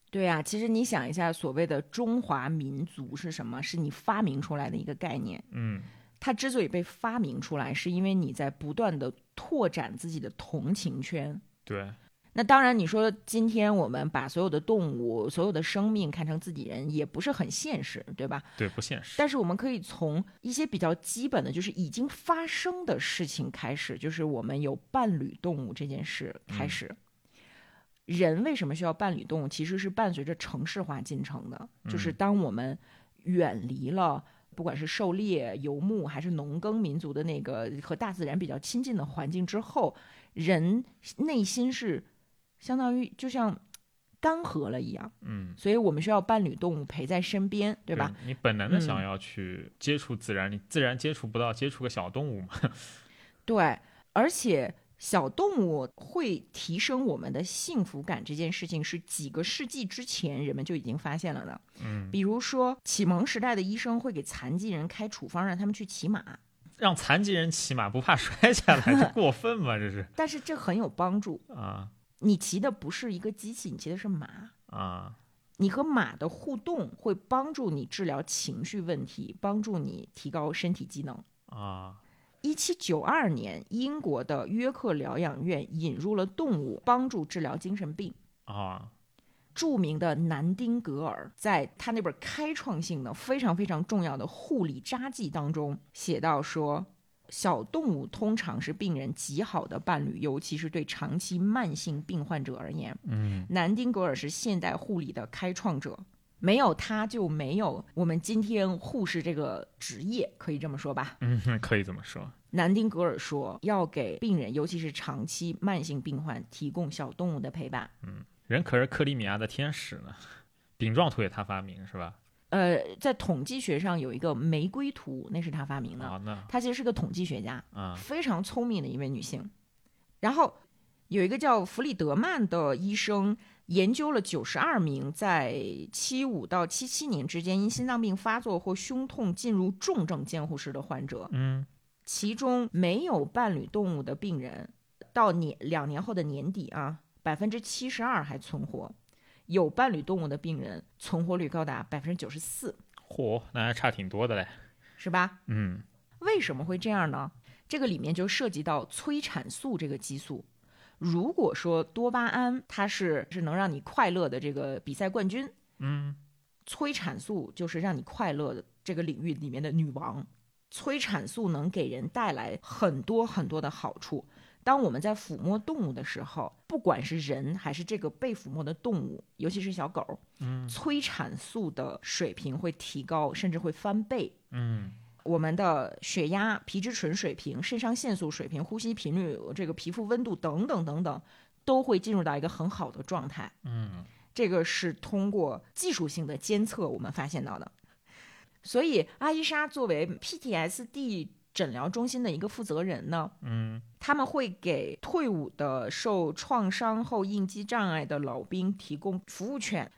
A: 对呀、其实你想一下，所谓的中华民族是什么？是你发明出来的一个概念。
B: 嗯
A: 它之所以被发明出来，是因为你在不断的拓展自己的同情圈。
B: 对，
A: 那当然，你说今天我们把所有的动物、所有的生命看成自己人，也不是很现实，对吧？
B: 对，不现实。
A: 但是我们可以从一些比较基本的，就是已经发生的事情开始，就是我们有伴侣动物这件事开始。人为什么需要伴侣动物？其实是伴随着城市化进程的，就是当我们远离了。不管是狩猎、游牧还是农耕民族的那个和大自然比较亲近的环境之后，人内心是相当于就像干涸了一样，
B: 嗯。
A: 所以我们需要伴侣动物陪在身边，对吧？？
B: 你本能的想
A: 嗯
B: 要去接触自然，你自然接触不到，接触个小动物嘛。
A: 对，而且小动物会提升我们的幸福感这件事情，是几个世纪之前人们就已经发现了的。
B: 嗯，
A: 比如说，启蒙时代的医生会给残疾人开处方，让他们去骑马，
B: 让残疾人骑马不怕摔下来，这过分吗？这是
A: 但是这很有帮助。
B: 啊
A: 你骑的不是一个机器，你骑的是马。
B: 啊，
A: 你和马的互动会帮助你治疗情绪问题，帮助你提高身体机能。
B: 啊，
A: 一七九二年，英国的约克疗养院引入了动物帮助治疗精神病。
B: 啊，
A: 著名的南丁格尔在他那本开创性的、非常非常重要的护理札记当中写到说，小动物通常是病人极好的伴侣，尤其是对长期慢性病患者而言。
B: 嗯
A: 南丁格尔是现代护理的开创者，没有他就没有我们今天护士这个职业，可以这么说吧。
B: 嗯，可以这么说。
A: 南丁格尔说，要给病人，尤其是长期慢性病患，提供小动物的陪伴。
B: 人可是克里米亚的天使呢，饼状图也他发明是吧？
A: 呃，在统计学上有一个玫瑰图，那是她发明的。
B: 啊，那
A: 她其实是个统计学家，
B: 啊，
A: 非常聪明的一位女性。然后有一个叫弗里德曼的医生，研究了九十二名在七五到七七年之间因心脏病发作或胸痛进入重症监护室的患者，
B: 嗯，
A: 其中没有伴侣动物的病人，到年两年后的年底啊，百分之七十二还存活；有伴侣动物的病人存活率高达百分之九十四，
B: 嚯，那还差挺多的嘞。
A: 是吧？
B: 嗯
A: 为什么会这样呢？这个里面就涉及到催产素这个激素。如果说多巴胺它是是能让你快乐的这个比赛冠军，
B: 嗯，
A: 催产素就是让你快乐的这个领域里面的女王。催产素能给人带来很多很多的好处。当我们在抚摸动物的时候，不管是人还是这个被抚摸的动物，尤其是小狗，
B: 嗯
A: 催产素的水平会提高，甚至会翻倍。
B: 嗯
A: 我们的血压、皮质醇水平、肾上腺素水平、呼吸频率、这个皮肤温度等等等等，都会进入到一个很好的状态。
B: 嗯，
A: 这个是通过技术性的监测我们发现到的。所以，阿伊莎作为 PTSD 诊疗中心的一个负责人呢，
B: 嗯，
A: 他们会给退伍的受创伤后应激障碍的老兵提供服务券。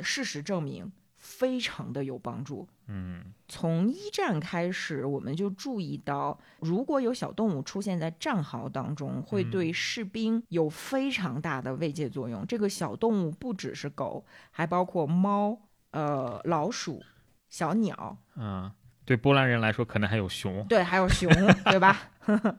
A: 事实证明，非常的有帮助。
B: 嗯
A: 从一战开始，我们就注意到，如果有小动物出现在战壕当中，会对士兵有非常大的慰藉作用。这个小动物不只是狗，还包括猫、呃老鼠、小鸟，
B: 嗯，对波兰人来说，可能还有熊。
A: 对，还有熊，对吧？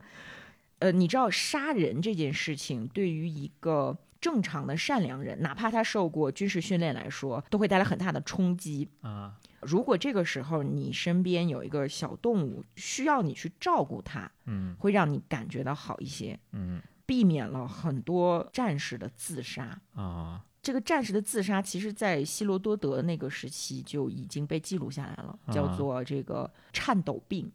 A: 呃，你知道杀人这件事情对于一个正常的善良人，哪怕他受过军事训练来说，都会带来很大的冲击。
B: 啊，
A: 如果这个时候你身边有一个小动物需要你去照顾它，
B: 嗯
A: 会让你感觉到好一些，
B: 嗯
A: 避免了很多战士的自杀。
B: 啊，
A: 这个战士的自杀，其实在希罗多德那个时期就已经被记录下来了，
B: 啊
A: 叫做这个颤抖病。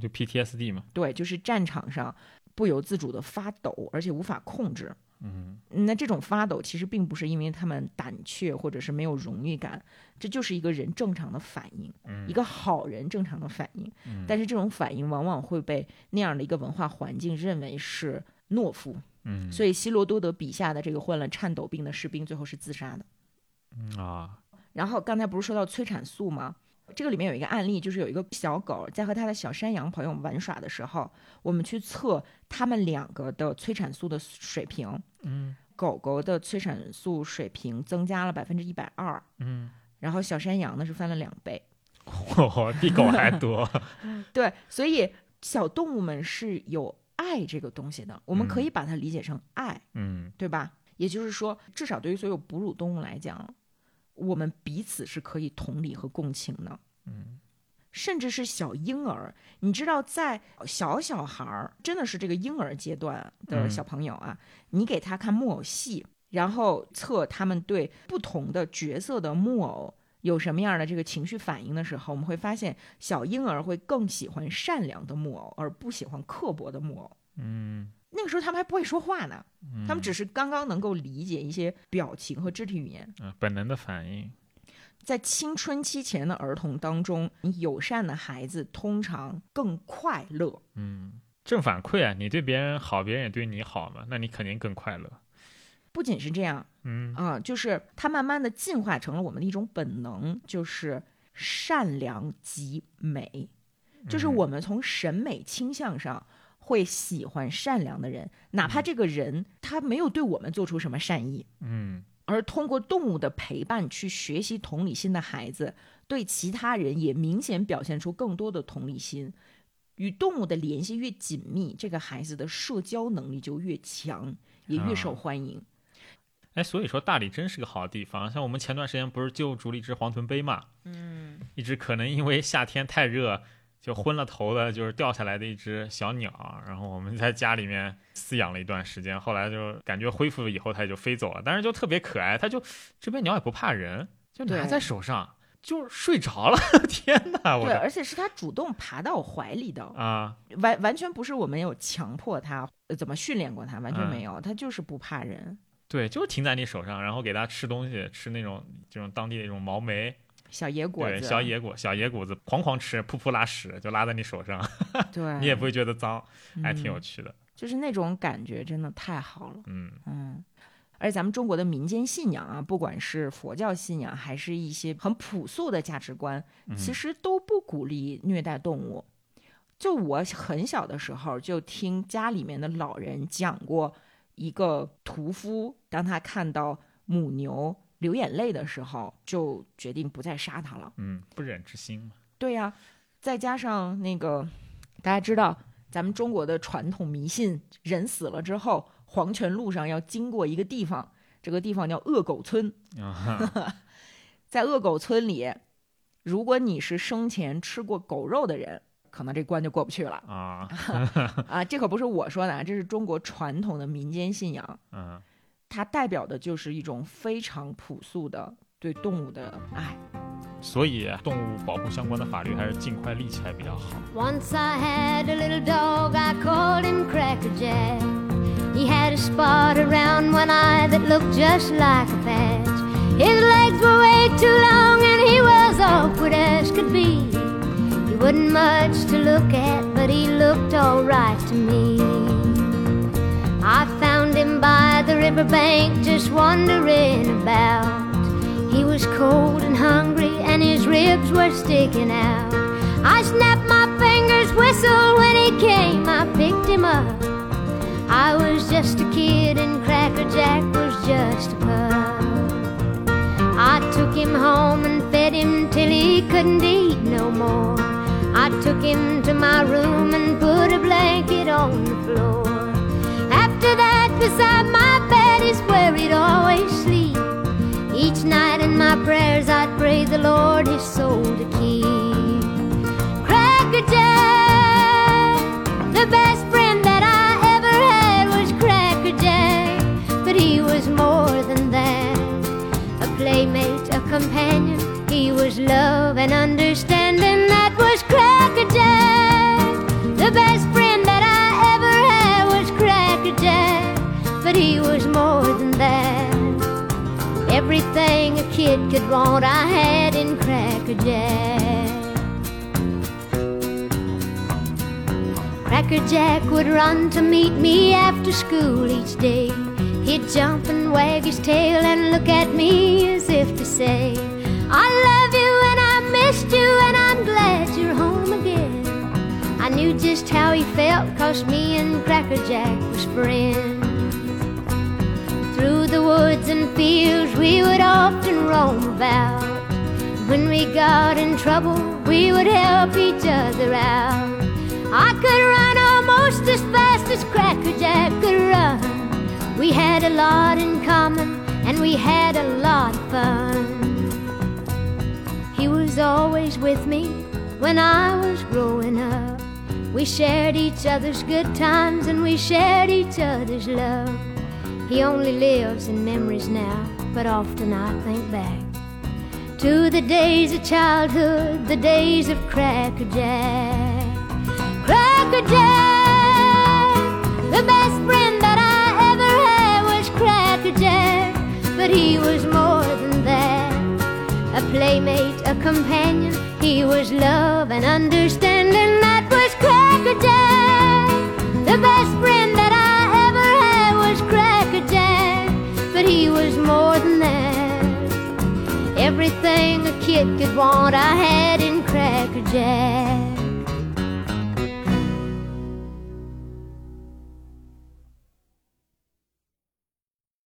B: 就 PTSD 嘛。
A: 对，就是战场上不由自主的发抖，而且无法控制。
B: 嗯
A: 那这种发抖其实并不是因为他们胆怯或者是没有荣誉感，这就是一个人正常的反应，
B: 嗯
A: 一个好人正常的反应。
B: 嗯
A: 但是这种反应往往会被那样的一个文化环境认为是懦夫，
B: 嗯
A: 所以希罗多德笔下的这个患了颤抖病的士兵最后是自杀的。
B: 嗯啊，
A: 然后刚才不是说到催产素吗？这个里面有一个案例，就是有一个小狗在和它的小山羊朋友玩耍的时候，我们去测它们两个的催产素的水平，
B: 嗯
A: 狗狗的催产素水平增加了百分之一百二，
B: 嗯，
A: 然后小山羊呢是翻了两倍。
B: 嚯，比狗还多。
A: 对，所以小动物们是有爱这个东西的，我们可以把它理解成爱，
B: 嗯
A: 对吧？也就是说，至少对于所有哺乳动物来讲，我们彼此是可以同理和共情的。
B: 嗯
A: 甚至是小婴儿，你知道，在小小孩儿，真的是这个婴儿阶段的
B: 嗯
A: 小朋友啊，你给他看木偶戏，然后测他们对不同的角色的木偶有什么样的这个情绪反应的时候，我们会发现，小婴儿会更喜欢善良的木偶，而不喜欢刻薄的木偶。
B: 嗯
A: 那个时候他们还不会说话呢，
B: 嗯，
A: 他们只是刚刚能够理解一些表情和肢体语言。
B: 啊本能的反应。
A: 在青春期前的儿童当中，你友善的孩子通常更快乐。
B: 嗯，正反馈啊，你对别人好，别人也对你好嘛，那你肯定更快乐。
A: 不仅是这样
B: 嗯
A: 啊、就是它慢慢的进化成了我们的一种本能，就是善良及美，就是
B: 嗯
A: 我们从审美倾向上。会喜欢善良的人，哪怕这个人他没有对我们做出什么善意，
B: 嗯
A: 而通过动物的陪伴去学习同理心的孩子，对其他人也明显表现出更多的同理心。与动物的联系越紧密，这个孩子的社交能力就越强，也越受
B: 啊
A: 欢迎。
B: 哎，所以说大理真是个好地方。像我们前段时间不是救助了一只黄臀杯嘛，
A: 嗯，
B: 一只可能因为夏天太热就昏了头的，就是掉下来的一只小鸟。然后我们在家里面饲养了一段时间，后来就感觉恢复以后它也就飞走了，但是就特别可爱。它就这边鸟也不怕人，就拿
A: 对
B: 在手上就睡着了。 天哪，我
A: 对，
B: 的
A: 而且是他主动爬到我怀里的，
B: 哦啊，
A: 完完全不是我们有强迫他，呃怎么训练过他，完全
B: 嗯
A: 没有，他就是不怕人。
B: 对，就是停在你手上，然后给它吃东西，吃那种这种当地的一种毛莓，
A: 小野果
B: 对，
A: 子，啊
B: 小野果，小野果子，狂狂吃，噗噗拉屎，就拉在你手上，
A: 对，
B: 你也不会觉得脏，还挺有
A: 嗯
B: 趣的。
A: 就是那种感觉真的太好了。
B: 嗯，
A: 嗯，而咱们中国的民间信仰啊，不管是佛教信仰，还是一些很朴素的价值观，其实都不鼓励虐待动物。就我很小的时候，就听家里面的老人讲过，一个屠夫当他看到母牛流眼泪的时候，就决定不再杀它了。
B: 嗯，不忍之心嘛。
A: 对呀、再加上那个，大家知道咱们中国的传统迷信，人死了之后，黄泉路上要经过一个地方，这个地方叫恶狗村。
B: 啊，
A: 在恶狗村里，如果你是生前吃过狗肉的人，可能这关就过不去了
B: 啊
A: 啊！这可不是我说的，啊，这是中国传统的民间信仰，
B: 嗯，
A: 它代表的就是一种非常朴素的对动物的爱。
B: 所以啊动物保护相关的法律还是尽快立起来比较好。
C: Once I had a little dog, I called him Cracker Jack. He had a spot around one eye that looked just like a patch. His legs were way too long and he was awkward as could be. He wasn't much to look at, but he looked alright to me. I found him by the riverbank just wandering about. He was cold and hungry, and his ribs were sticking out. I snapped my fingers, whistled when he came, I picked him up. I was just a kid, and Cracker Jack was just a pup. I took him home and fed him till he couldn't eat no more. I took him to my room and put a blanket on the floor. After that, beside my bed is where he'd always sleep. Each night in my prayers, I'd pray the Lord his soul to keep. Cracker Jack, the best friend that I ever had was Cracker Jack, but he was more than that. A playmate, a companion, he was love and understanding. That was Cracker Jack, the best friend that I ever had was Cracker Jack, but he was more than that. Everything a kid could want, I had in Cracker Jack. Cracker Jack would run to meet me after school each day. He'd jump and wag his tail and look at me as if to say, I love you and I missed you and I'm glad you're home again. I knew just how he felt, cause me and Cracker Jack was friends. Through the woods and fields we would often roam about. When we got in trouble, we would help each other out. I could run almost as fast as Cracker Jack could run. We had a lot in common and we had a lot of fun. He was always with me when I was growing up. We shared each other's good times and we shared each other's love. He only lives in memories now, but often I think back to the days of childhood, the days of Cracker Jack. Cracker Jack, the best friend that I ever had was Cracker Jack, but he was more than that. A playmate, a companion, he was love and understanding. That was Cracker Jack, the best friend that I ever had was Cracker Jack, but he was more than that. Everything a kid could want, I had in Cracker Jack.